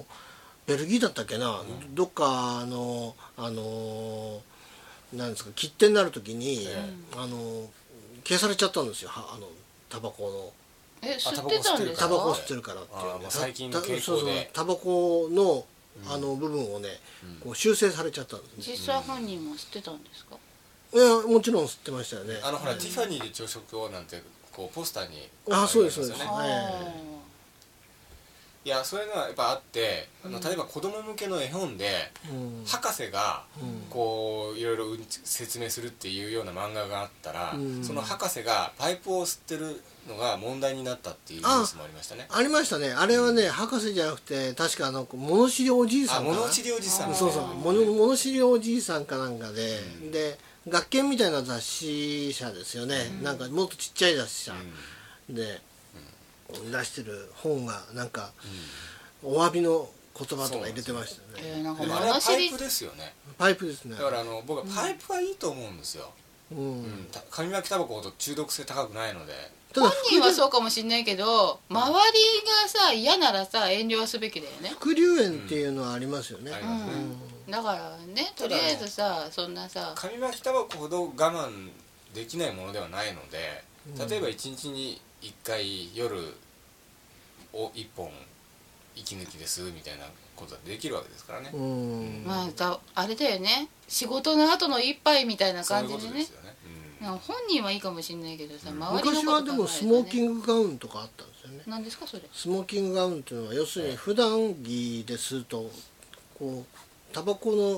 ーベルギーだったっけな、どっかのあのーなんですか切手になる時に、
ええ
あのー消されちゃったんですよはあのタバコ
え吸ってたんです
の
あ
タ
か
バコ吸ってるからっていう
ああ
ね、
まあ
た
最近の傾向で
たそうそうタバコのあの部分をね、こう修正されちゃったんです、
実際本人も吸ってたんですか、
いやもちろん吸ってましたよね
あのほら、ティファニーで朝食をなんてこうポスターに
あそうです
ありますよね
そうです
あ
いやそういうのはやっぱあってあの例えば子供向けの絵本で、
うん
博士がこういろいろうんち説明するっていうような漫画があったら、
うん
その博士がパイプを吸ってるのが問題になったっていうニュースもありましたね
ありましたねあれはね博士じゃなくて確かあの物知りおじいさ
あ
んかな
物知りおじさん
そうそう
ね
物物知りおじいさんかなんかで、で学研みたいな雑誌社ですよね、なんかもっとちっちゃい雑誌社で、出してる本がなんか、お詫びの言葉とか入れてました
え
ね
ー、なん
う
か
んでもあれは
物
パ
知
イ
り
プですよね
パイプですね
だからあの僕はパイプがいいと思うんですよ、
うん
うんた紙巻きタバコほど中毒性高くないので
ただ
本人はそうかもしんないけど周りがさ嫌ならさ遠慮すべきだよね
副流煙っていうのはありますよね、
ありますね、
だからねとりあえずさそんなさ
紙巻きタバコほど我慢できないものではないので例えば1日に1回夜を1本息抜きですみたいなことはできるわけですからね、
うん
まあだあれだよね仕事の後の一杯みたいな
そうい
感
う
じ
こ
で
と
ね
ですよね、うん
なんか本人はいいかもしれないけどさ、
うん
周りの
昔
こ
は
と
でもスモーキ
グ
ングガウンとかあったんですよね
なんですかそれ
スモーキングガウンというのは要するに普段着でするとこうタバコの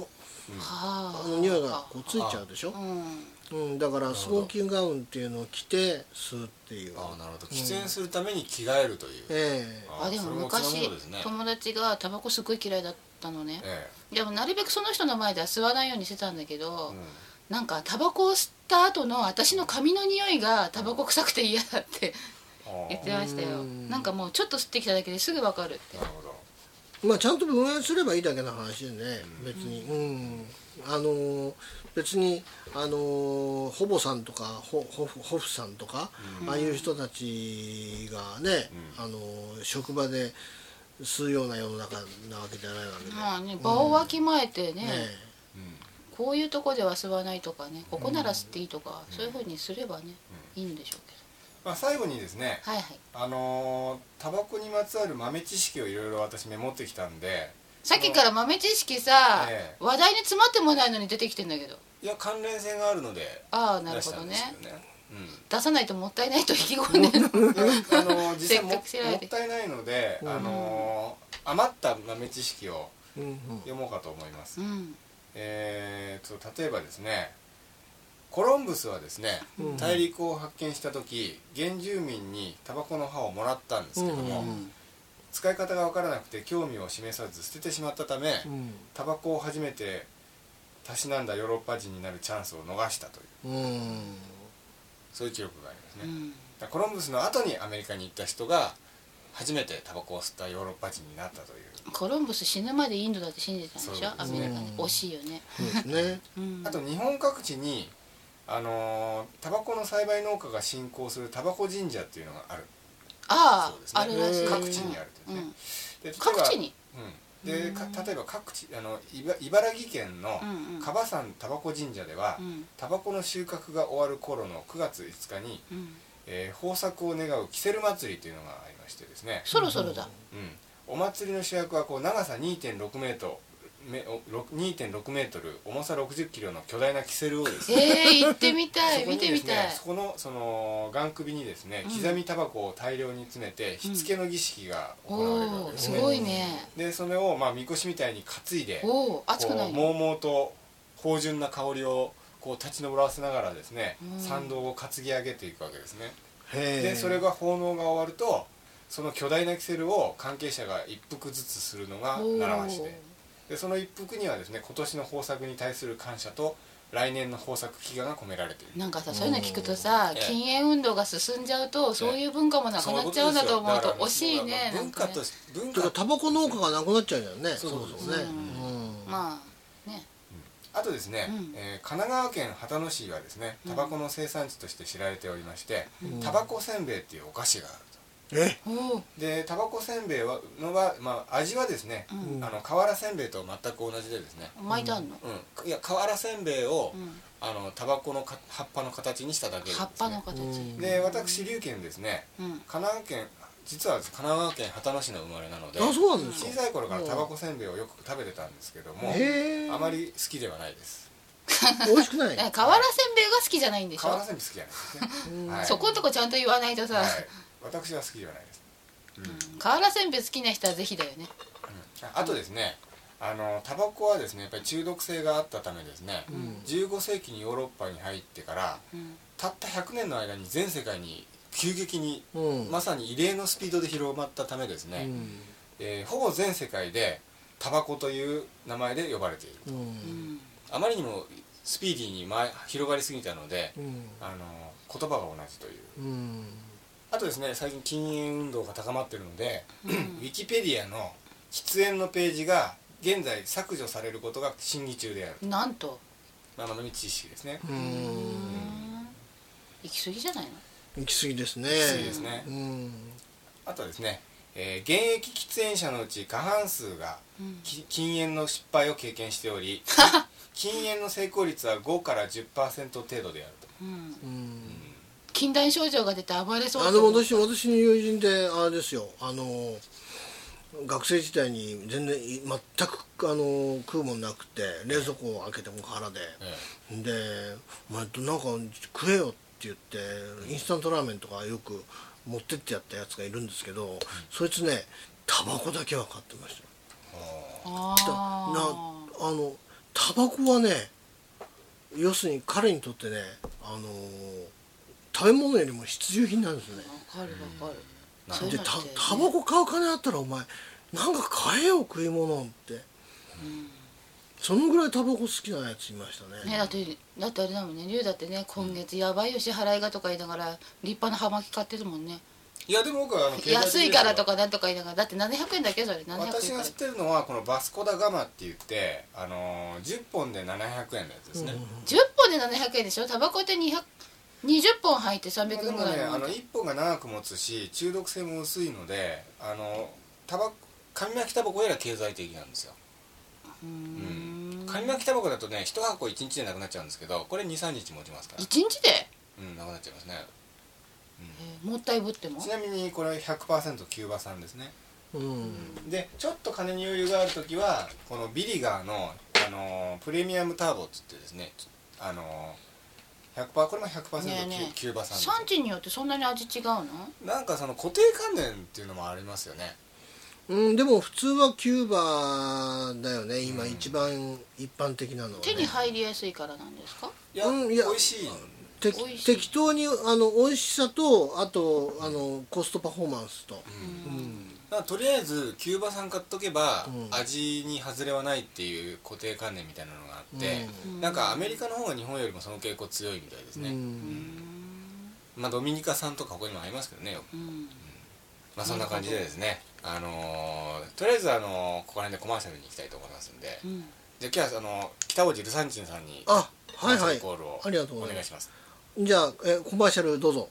は
あの匂いがこうついちゃうでしょ、
うん
うん、だからスモーキングガウンっていうのを着て吸うっていう
ああなるほど喫煙するために着替えるという、
え
あ
あでも昔
それも違うものですね
友達がタバコすごい嫌いだったのね
え
でもなるべくその人の前では吸わないようにしてたんだけ
え
ど、
うん
なんかタバコを吸った後の私の髪の匂いがタバコ臭くて嫌だって
ああ
言ってました
う
よ
ん
なんかもうちょっと吸ってきただけですぐ分かるって
なるほど
えまあちゃんと分類すればいいだけの話でね別にうんあのー別にあのーほぼさんとかほほふほふさんとか、ああいう人たちがね、あのー職場で吸うような世の中なわけじゃないわけで、
まあね場をわきまえてね、
ねえ
こういうとこでは吸わないとかねここなら吸っていいとか、そういうふうにすればね、いいんでしょう
まあ、最後にですね
けどはいはい
あのータバコにまつわる豆知識をいろいろ私メモってきたんで
さっきから豆知識さ、
え
話題に詰まってもないのに出てきてんだけど
いや関連性があるので
ああなる
出し
ほ
た
ど
ん
ね
ですけどね
出さないともったいないと意気込ん
(laughs)
でるの
うん、いやあのー実際もも
せっかく調べ
ってたいないので、あのー余った豆知識を
うんうん
読もうかと思います、
うん
えー、と例えばですねコロンブスはですね、
うん
大陸を発見した時原住民にタバコの葉をもらったんですけども、
うん
使い方が分からなくて興味を示さず捨ててしまったため、
うん
タバコを初めてたしなんだヨーロッパ人になるチャンスを逃したという
うん
そういう記録がありますね
う、ん
だからコロンブスの後にアメリカに行った人が初めてタバコを吸ったヨーロッパ人になったという
コロンブス死ぬまでインドだって信じてたんでしょ
そうで
ア
す
メ
ね
リカに惜しいよね、
そうですね
うん、
あと日本各地にあのータバコの栽培農家が信仰するタバコ神社っていうのがある
ああ、
そうですね
あるらしい
各地にあると
う
い
ん
うね
うん
で例えばうんで
各地に
か例えば各地あのいば茨城県の
うんうん
樺山タバコ神社では、
うん
タバコの収穫が終わる頃の9月5日に、
うん
えー豊作を願うキセル祭りというのがありましてですね、
そろそろだ
うん、お祭りの主役はこう長さ2.6メートルめおろ2.6メートル重さ60キロの巨大なキセルをです
え
ね
ー、行ってみた
そ
い
こに
見て
で
み
(laughs) すね
たい
そこのその眼首にですね
うん
刻みタバコを大量に詰めて火付けの儀式が行われる
お
わけ
お
ですすね、
ごいね
でそれをまあみこしみたいに担いで
おお熱くない
もうもうと芳醇な香りをこう立ち上らせながらですね、
うん
参道を担ぎ上げていくわけですね、
へえ
でそれが奉納が終わるとその巨大なキセルを関係者が一服ずつするのが
お
習わしででその一服にはですね今年の豊作に対する感謝と来年の豊作祈願が込められている
なんかさそういうの聞くとさ
ええ
禁煙運動が進んじゃうとそういう文化もなくなっちゃうんだと思うと惜しいねな
文
んか
化
ね
とし文
て
化
かタバコ農家がなくなっちゃうじゃんね
そうそうそう
ももねうん
まあね
あとですね、
うん
えー神奈川県秦野市はですねタバコの生産地として知られておりまして、タバコせんべいっていうお菓子があると
え
おお
でタバコせんべいはのは、まあ、味はですね、
ん
あの瓦せんべいと全く同じでですね、
巻いてあんの
うん、いや瓦せんべいを、
うん
あのタバコのか葉っぱの形にしただけです、ね、
葉っぱの形
うん
で私龍賢ですね
うん
神奈川県実は神奈川県秦野市の生まれなので
あそうなんです
小
か
さい頃からタバコせんべいをよく食べてたんですけども
へえ
あまり好きではないです
美味しくない
え瓦せんべいが好きじゃないんでし
瓦
ょ
せんべい好きじゃないですね、はい、
そこんとこちゃんと言わない
(laughs)
とさ
はい、私は好きじゃないです、
うん瓦せんべい好きな人はぜひだよね
ああとですねあのタバコはですねやっぱり中毒性があったためですね、15世紀にヨーロッパに入ってから
うん
たった100年の間に全世界に急激に
うん
まさに異例のスピードで広まったためですね、
うん
えーほぼ全世界でタバコという名前で呼ばれている
う
うんん
あまりにもスピーディーに前広がりすぎたので、
うん
あの言葉が同じという
うん
あとですね最近禁煙運動が高まってるので、 (clears throat) ウィキペディアの喫煙のページが現在削除されることが審議中である、
なんと
まあ、豆知識ですね、
うん行き過ぎじゃないの
行き過ぎですね
過ぎですね
うん
あとはですね、えー現役喫煙者のうち過半数が
うん
き禁煙の失敗を経験してお
(laughs)
り禁煙の成功率は5から10%程度であると
うん
うん
禁断症状が出て暴れそう
あ
だ
の
と思う
私私の友人であれですよあの学生時代に全然い全くあの食うもんなくて冷蔵庫を開けても空で、
え
で「お前なんか食えよ」って言ってインスタントラーメンとかよく持ってってやったやつがいるんですけど、そいつねタバコだけは買ってました
あ
だ
あ
なあのタバコはね要するに彼にとってねあの食べ物よりも必需品なんですよね
わかるわかる
うん
そう
で
な
た
んだよね
タバコ買う金あったらお前なんか買えよ食い物って、そのぐらいタバコ好きなやついましたね
ねだってだってあれだもんね龍だってね今月やばいよ支払いがとか言いながら立派な葉巻買ってるもんね
いやでも僕はあの経済的ですよ
安いからとかなんとか言いながらだって700円だけそれ700円から
私が知ってるのはこのバスコダガマって言って、あのー10本で700円のやつですね、
10本で700円でしょタバコって200 20本入って300
で
円
も
ぐらい
ね
の
あ
もん
の1本が長く持つし中毒性も薄いのであのタバコ紙巻きタバコよりは経済的なんですよ、
うー
うん
ん
紙巻きタバコだとね1箱1日でなくなっちゃうんですけどこれ23日持ちますから
1、日で、
うん、なくなっちゃいますね
えーもったいぶっても
ちなみにこれ100%キューバ産ですね
うん
でちょっと金に余裕がある時はこのビリガーの、あのープレミアムターボっつってですね、あのー、100%これも100%キュ,、
ねえねえ
キューバ産ですよ
産地によってそんなに味違うの
なんかその固定観念っていうのもありますよね
うん、でも普通はキューバだよね今
うん
一番一般的なのは、ね、
手に入りやすいからなんですか
いや,、
うんいや
美味しい
て
美味しい
適当にあの美味しさとあとあのコストパフォーマンスと、うん
なんかとりあえずキューバ産買っとけば、
うん
味に外れはないっていう固定観念みたいなのがあって、
うん
なんかアメリカの方が日本よりもその傾向強いみたいですね、
うん
まあドミニカ産とかここにもありますけどねよく
うんうん
まあそんな感じでですね、あのーとりあえず、あのーここら辺でコマーシャルに行きたいと思いますんで、
うん
じゃあ今日はあのー北王子ルサンチンさんに
あはいはい
コールを
ありがとう
お
ござ
願
いま
い
す
します
じゃあえコマーシャルどうぞ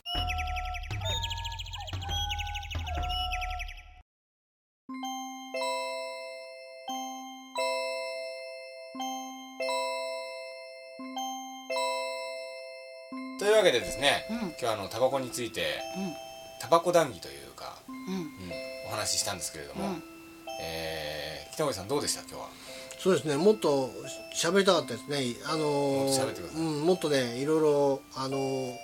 というわけでですね、
うん
今日はあのタバコについて
うん
タバコ談義というか、
うん
うんお話ししたんですけれども、
うん
えー北森さんどうでした今日は
そうですねもっと喋りたかったですねあの
もっと喋ってください
うん、もっとねいろいろあの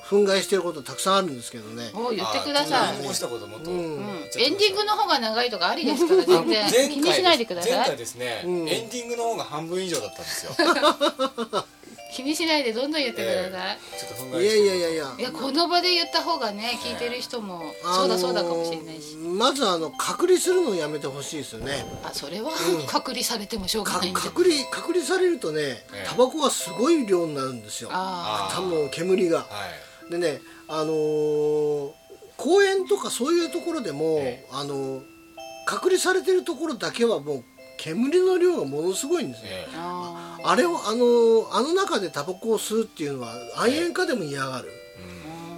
憤慨してることたくさんあるんですけどね
お言ってくださ
あーちょっ
い
と残したこともっと、
うん
うん
言っちゃってください
エンディングの方が長いとかありですから
前
全然
回
気にしないでくだ
前
さ
回
い
ですね、
うん
エンディングの方が半分以上だったん
(laughs)
ですよちょ
気にしないでどんどん言ってください
っと憤
い
慨して
やいやいやいや
いやこの場で言った方がね聞いてる人もそうだそうだかもしれないし
あのまずあの隔離するのをやめてほしいですよね
あそれは隔離されてもしょうが
か
ないんで
隔離隔離されるとね
ええ
タバコがすごい量になるんですよ
あ
あ
多分煙が
はい
でねあのー公園とかそういうところでも、
ええ
あのー隔離されてるところだけはもう煙の量がものすごいんですね、
え
ーあ
あれをあのーあの中でタバコを吸うっていうのは
え
暗
え
煙家でも嫌がる、
え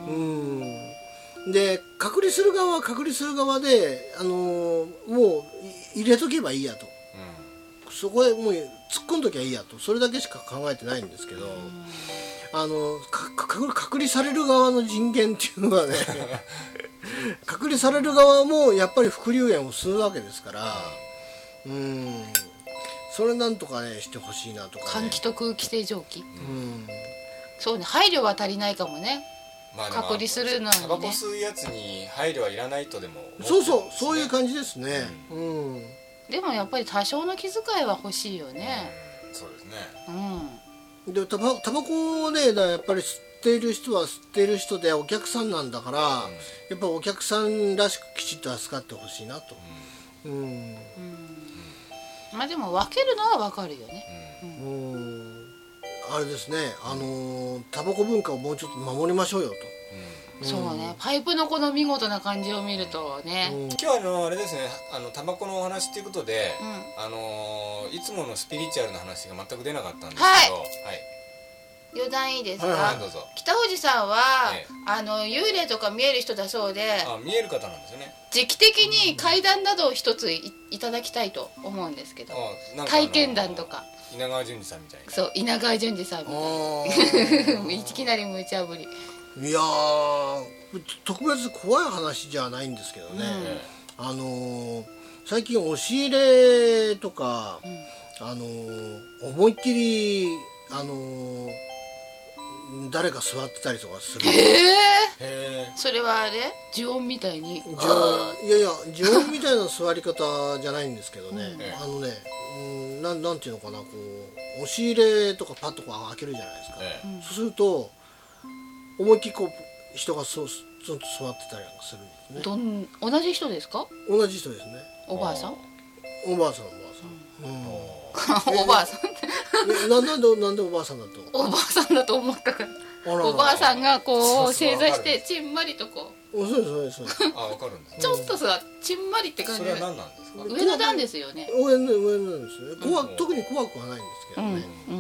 うん
うんで隔離する側は隔離する側で、あのーもうい入れとけばいいやとそこへもう突っ込んどきゃいいやとそれだけしか考えてないんですけど、あのかか隔離隔離される側の人間っていう
(laughs)
のはね隔離される側もやっぱり副流煙を吸うわけですからうんそれなんとかねしてほしいなとか、ね
換、気と空気清浄機
うん
そうね配慮は足りないかもね
まあでも
隔離するのにね
タバコ吸うやつに配慮はいらないとでも
そうそうそういう
じ、
感じですねうん、
でもやっぱり多少の気遣いは欲しいよね
うんそうですね
うん
でタバタバコをねだからやっぱり吸っている人は吸っている人でお客さんなんだから、
ん
やっぱお客さんらしくきちっと扱ってほしいなと
う
うん
まあでも分けるのは分かるよね
んうん
うんあれですね、あのータバコ文化をもうちょっと守りましょうよ
う
と。
そうねパイプのこの見事な感じを見ると
う
(laughs)
ね
ん。
ん今日あのあれですねあのタバコのお話っていうことで、
うん
あのーいつものスピリチュアルな話が全く出なかったんですけど
はい
はい
余談いいです
はい
は
か
いどうぞ
北おじさんは
ええ
あの幽霊とか見える人だそうで
あ見える方なんですよね
時期的に階段などを一ついいただきたいと思うんですけど
あなんかあの
体験談とか
稲川淳二さんみたい
そう稲川淳二さんみ
あ
たい
ー
な (laughs) いきなり無茶ぶり
いやー特別怖い話じゃないんですけどね、
な、え
あのー最近押し入れとか、
ん
あの思いっきりあの誰か座ってたりとかする。
ええ
へえ
それはあれ呪音みたいに
じゃあいやいや自分みたいな座り方じゃないんですけどね、
うん
あのねうんなんなんていうのかなこう押し入れとかパッとこう開けるじゃないですか、
ええ
そうすると思いっきりこう人がそうずっと座ってたりなんかするんですね
どん同じ人ですか
同じ人ですね
おばあさん
おばあさんおばあさ
(laughs)
ん、
おばあさん
うん、ななんでなんでおばあさんだと
おばあさんだと思ったから
あらら
おばあさんがこ
そう
う
そう
正座してちんまりとこう
おそうですそうですそうです
あわかるんですね
ちょっとさちんまりって感
そ
じ
れ
で
は何なんですか
上の段ですよね
上の上のなんですね怖く
うん
特に怖くはないんですけ
う
ど
ん
ね、
うん
う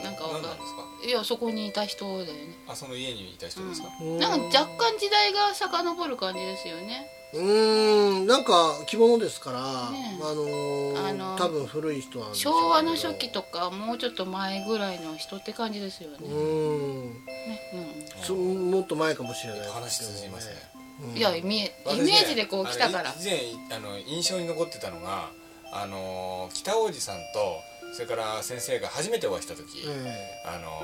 ん
なんかわか
何
んな
ないんですか
いやそこにいた人だよね
あその家にいた人ですか、
うん
なんか若干時代が遡る感じですよね
うーんなんか着物ですから、
ねえ
あのー
あのー
多分古い人なんでしょうけど
昭和の初期とかもうちょっと前ぐらいの人って感じですよ
う
ね
ーん
ねう
そもっと前かもしれないですけどね
話通じますね
んいやイメイ
私ね
メージでこう来たから
あの以前あの印象に残ってたのがあの北王子さんとそれから先生が初めてお会いした時、
え
あの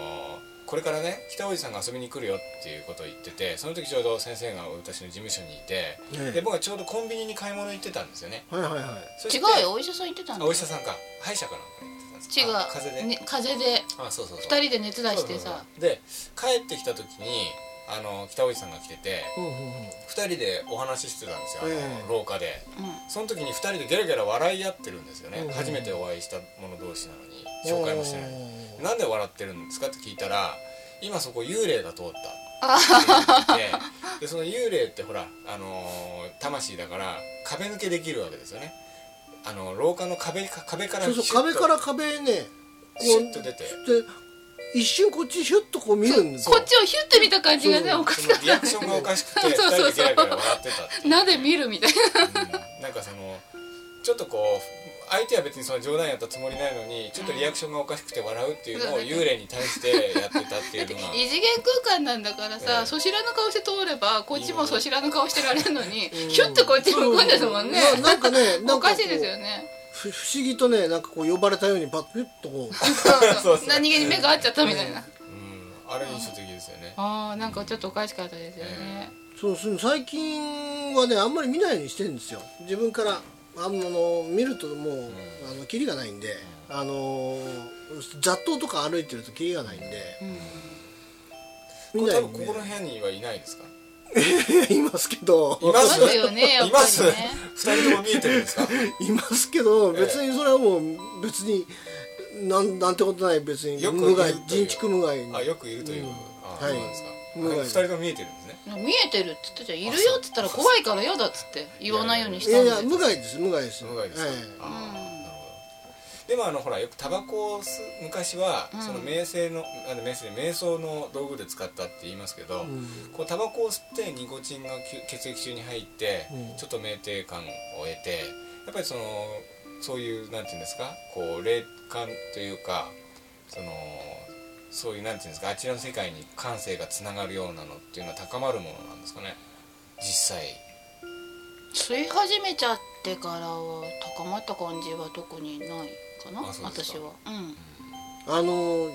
これからね北王子さんが遊びに来るよっていうことを言っててその時ちょうど先生が私の事務所にいて、
え
で僕はちょうどコンビニに買い物行ってたんですよね
えはいはいはい
そして
違うよお医者さん行ってた
あ
んだ
お
よ
医者さんか歯医者かなんか行ってたんです
違う
あ風邪で、
ね、風邪で
あそうそうそう
2人で熱出
そう
し
そう
て
そう
さ
で帰ってきた時にあの北王子さんが来てて
うんうんうん
2人でお話ししてたんですよあの、
ええ
廊下でその時に2人でゲラゲラ笑い合ってるんですよね、
うん
初めてお会いした者同士なのに紹介もしてないなんで笑ってるんですかって聞いたら今そこ幽霊が通ったって言ってでその幽霊ってほら、あのー魂だから壁抜けできるわけですよねあの廊下の壁か壁から
そうそう壁から壁へねこ
シュッと出て
で一瞬こっちヒュッとこう見るんです
こ
よ
っちをヒュッて見た感じがね
そう
おかし
そ
か
の
っ
リアクションがおかしくて2
そ
人
うそ
で
う
ゲ
そう
ラゲラ笑ってたって
た
いう
(laughs) なぜ見るみたい
うん (laughs) なんかそのちょっとこう相手は別にその冗談やったつもりないのにちょっとリアクションがおかしくて笑うっていうのを幽霊に対してやってたっていうのが
な異次元空間なんだから
ええ
さそしらの顔して通ればこっちもそしらの顔してられるのに
うん
ヒュッとこっち向くんですもんね
そうななんかねな
お
んかこう
かしいですよね
ふ不思議とねなんかこう呼ばれたようにパッピュッとこう
そうそう
何気に目が合っちゃったみたいな
うんあれ印象的ですよね
あーなんかちょっとおかしかったですよ
え
ね
そうそう最近はねあんまり見ないようにしてるんですよ自分からあんあの見るともう、あのキリがないんで、あの雑踏とか歩いてるとキリがないんで、
こ
見
れ
な
多
いん
分
で
ここの部屋にはいないですか
(laughs) いますけど
いま
ますすよねやっ
い
ぱ
ま
り
す
ね
二人とも見えてるんですか
いますけど別にそれはもう別になんなんてことない別に
よく
無害
言うという
人畜無害
あよくいるというあそうなんですか
はい
あ二人とも見えてるんですね
見えてるって言ったじゃんいるよって言ったら怖いから嫌だっつって言わないようにし
い
た
や
んで
いや無害です無害です
無害ですか
え
あーなるほどでもあのほらよくタバコを吸う昔は
うん
その瞑想のあの瞑想瞑想の道具で使ったって言いますけど
えうん
こうタバコを吸ってニコチンがき血液中に入って、
うん
ちょっと酩酊感を得てやっぱりそのそういうなんていうんですかこう霊感というかそのそういうなんていうんですかあちらの世界に感性がつながるようなのっていうのは高まるものなんですかね実際
吸い始めちゃってからは高まった感じは特にないかな
あそうです
私
か
はうん
あの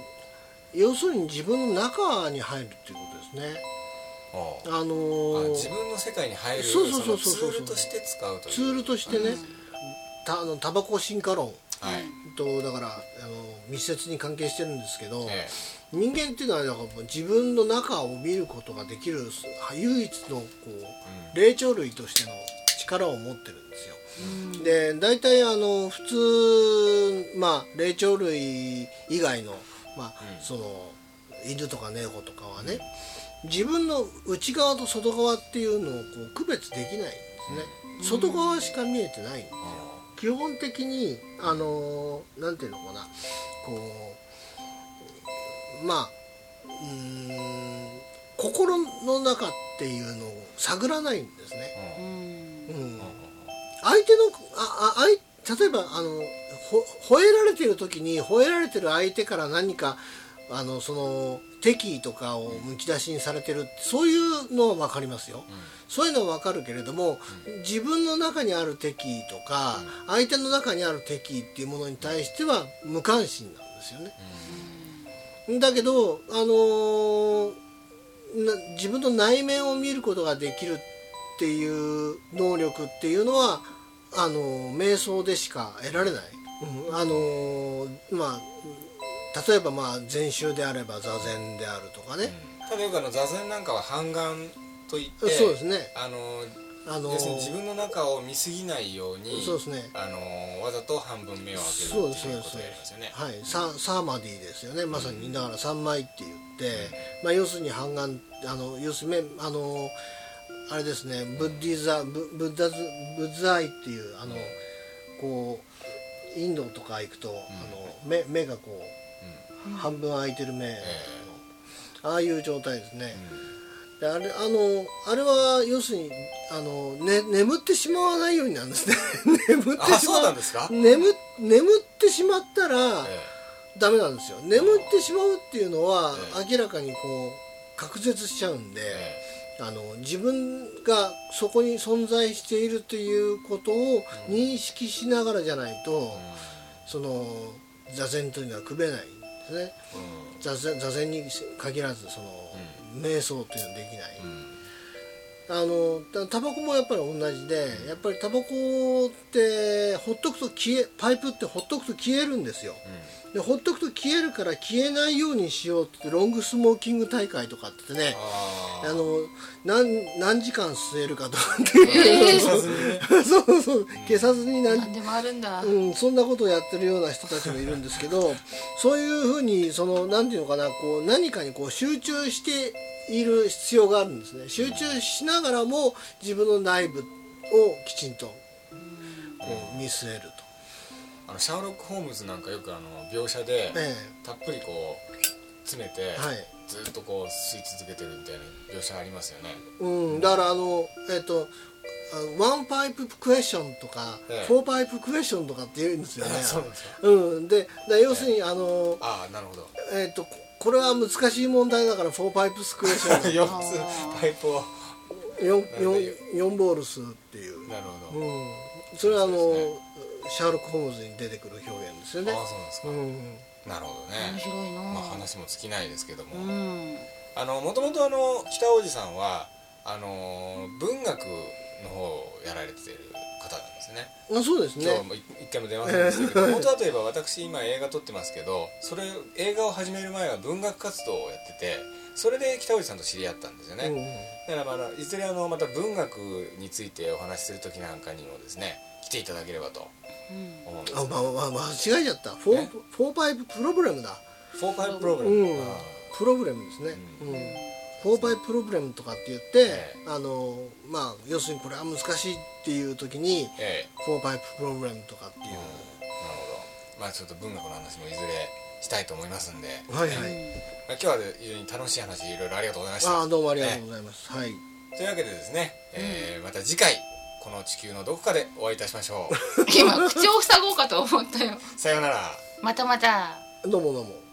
要するに自分の中に入るっていうことですね
ああ
あのー
自分の世界に入る
そうそうそうそう
そのツールとして使うという
ツールとしてね
うん
たあのタバコ進化論
はい、
とだからあの密接に関係してるんですけど、
ええ
人間っていうのはだからもう自分の中を見ることができる唯一のこう霊長類としての力を持ってるんですよ。で大体あの普通、まあ、霊長類以外の,、まあ
うん
その犬とか猫とかはね自分の内側と外側っていうのをこう区別できないんですね外側しか見えてないんですよ基本的にあのなんていうのかなこうまあうーん心の中っていうのを探らないんですね、
うん
う
うん
ん
うん
うん
相手のあああい例えばあのほ吠えられてる時に吠えられてる相手から何かあのその敵意とかをむき出しにされてるそういうのは分かりますよ、そういうのは分かるけれども、自分の中にある敵意とか、相手の中にある敵意っていうものに対しては無関心なんですよね。だけど、あのーな自分の内面を見ることができるっていう能力っていうのはあのー瞑想でしか得られない。うんあのーまあ例えばまあ禅宗であれば座禅であるとかね、
ただよくあの座禅なんかは半眼といって
そうですね
あの
あのー
要するに自分の中を見すぎないように
そうですね
あのわざと半分目を開ける
そうで
っ
す
ていう
ね
こと
そ
をや
う
り
で
ます
す
よね
はいササーマディですよねまさにだから三枚って言って、まあ、要するに半眼あの要するにあのあれですねブッディザブブッダズブッザイっていうあのこうインドとか行くと、あの目目がこう、半分開いてる目の、ああいう状態ですね、であれあのあれは要するにあの、ね、眠ってしまわないようになんですね (laughs) 眠って
あ
し
そう
ま
な
うん
ですか、
眠眠ってしまったら
ええ
ダメなんですよ眠ってしまうっていうのは
え
明らかにこう隔絶しちゃうんで、
え
あの自分がそこに存在しているということを認識しながらじゃないと、
え
その座禅というのは組めないんですね
うん
座禅座禅に限らずその、瞑想というのはできない、
うんうん
あのたタバコもやっぱり同じでやっぱりタバコってほっとくと消えパイプってほっとくと消えるんですよでほっとくと消えるから消えないようにしようってロングスモーキング大会とかってね
あ
あ
ー
の何何時間吸えるかとかっていう、
え
消さずにね
(laughs) そうそう消さずに何
なんでもあるんだ、
うん、そんなことをやってるような人たちもいるんですけ
(laughs)
どそういうふうにそのなんていうのかなこう何かにこう集中している必要があるんですね集中しながらも自分の内部をきちんとこう見据えると。
あのシャーロック・ホームズなんかよくあの描写で
え
たっぷりこう詰めて、
えはい
ずっとこう吸い続けてるみたいな描写ありますよね
うん、だからあのえっ、とあワンパイプクエスチョンとか、
ええ。
フォーパイプクエスチョンとかって言うんですよね
(laughs) そうなんですか
うん、でだ要するに、あの
ああなるほど
えっ、とこれは難しい問題だからフォーパイプスクエスチョ
(laughs)
ン
4つパイプを
四
なん
四
ていう
四ボールスっていう、
なるほど、
うん、それはあの、
そうです
シャーロック・ホームズに出てくる表現ですよね
ああそうなんですか、
うん
なるほど
面
ね、
白いな、
まあ、話も尽きないですけども、
うん
あのもともとあの北王子さんはあの文学の方をやられてる方なんですね
あそうですね
今日もい一回も出ませんでしたけ
(laughs)
ど本当はといえば私今映画撮ってますけどそれ映画を始める前は文学活動をやっててそれで北王子さんと知り合ったんですよね、だからまあいずれあのまた文学についてお話しする時なんかにもですね来ていただければと
うん
思うんで
うん
す
あまあまあ間違えちゃったフォー
ね
フォーパイププロブレムだ
フォーパイプログラム、
うん
あ
プロブレムですね、
う
うんフォーパイプロブレムとかって言って、
ええ
あのまあ要するにこれは難しいっていう時に
ーええ
フォーパイププロブレムとかって
うん
い
なる
う、
ほどまあちょっと文学の話もいずれしたいと思いますんで、
はいはい、
まあ今日は非常に楽しい話いろいろありがとうございました
ああどうもありがとうございます、はい
というわけでですね、えーまた次回この地球のどこかでお会いいたしましょう
今口を塞ごうかと思ったよ
さようなら
またまた
どうもどうも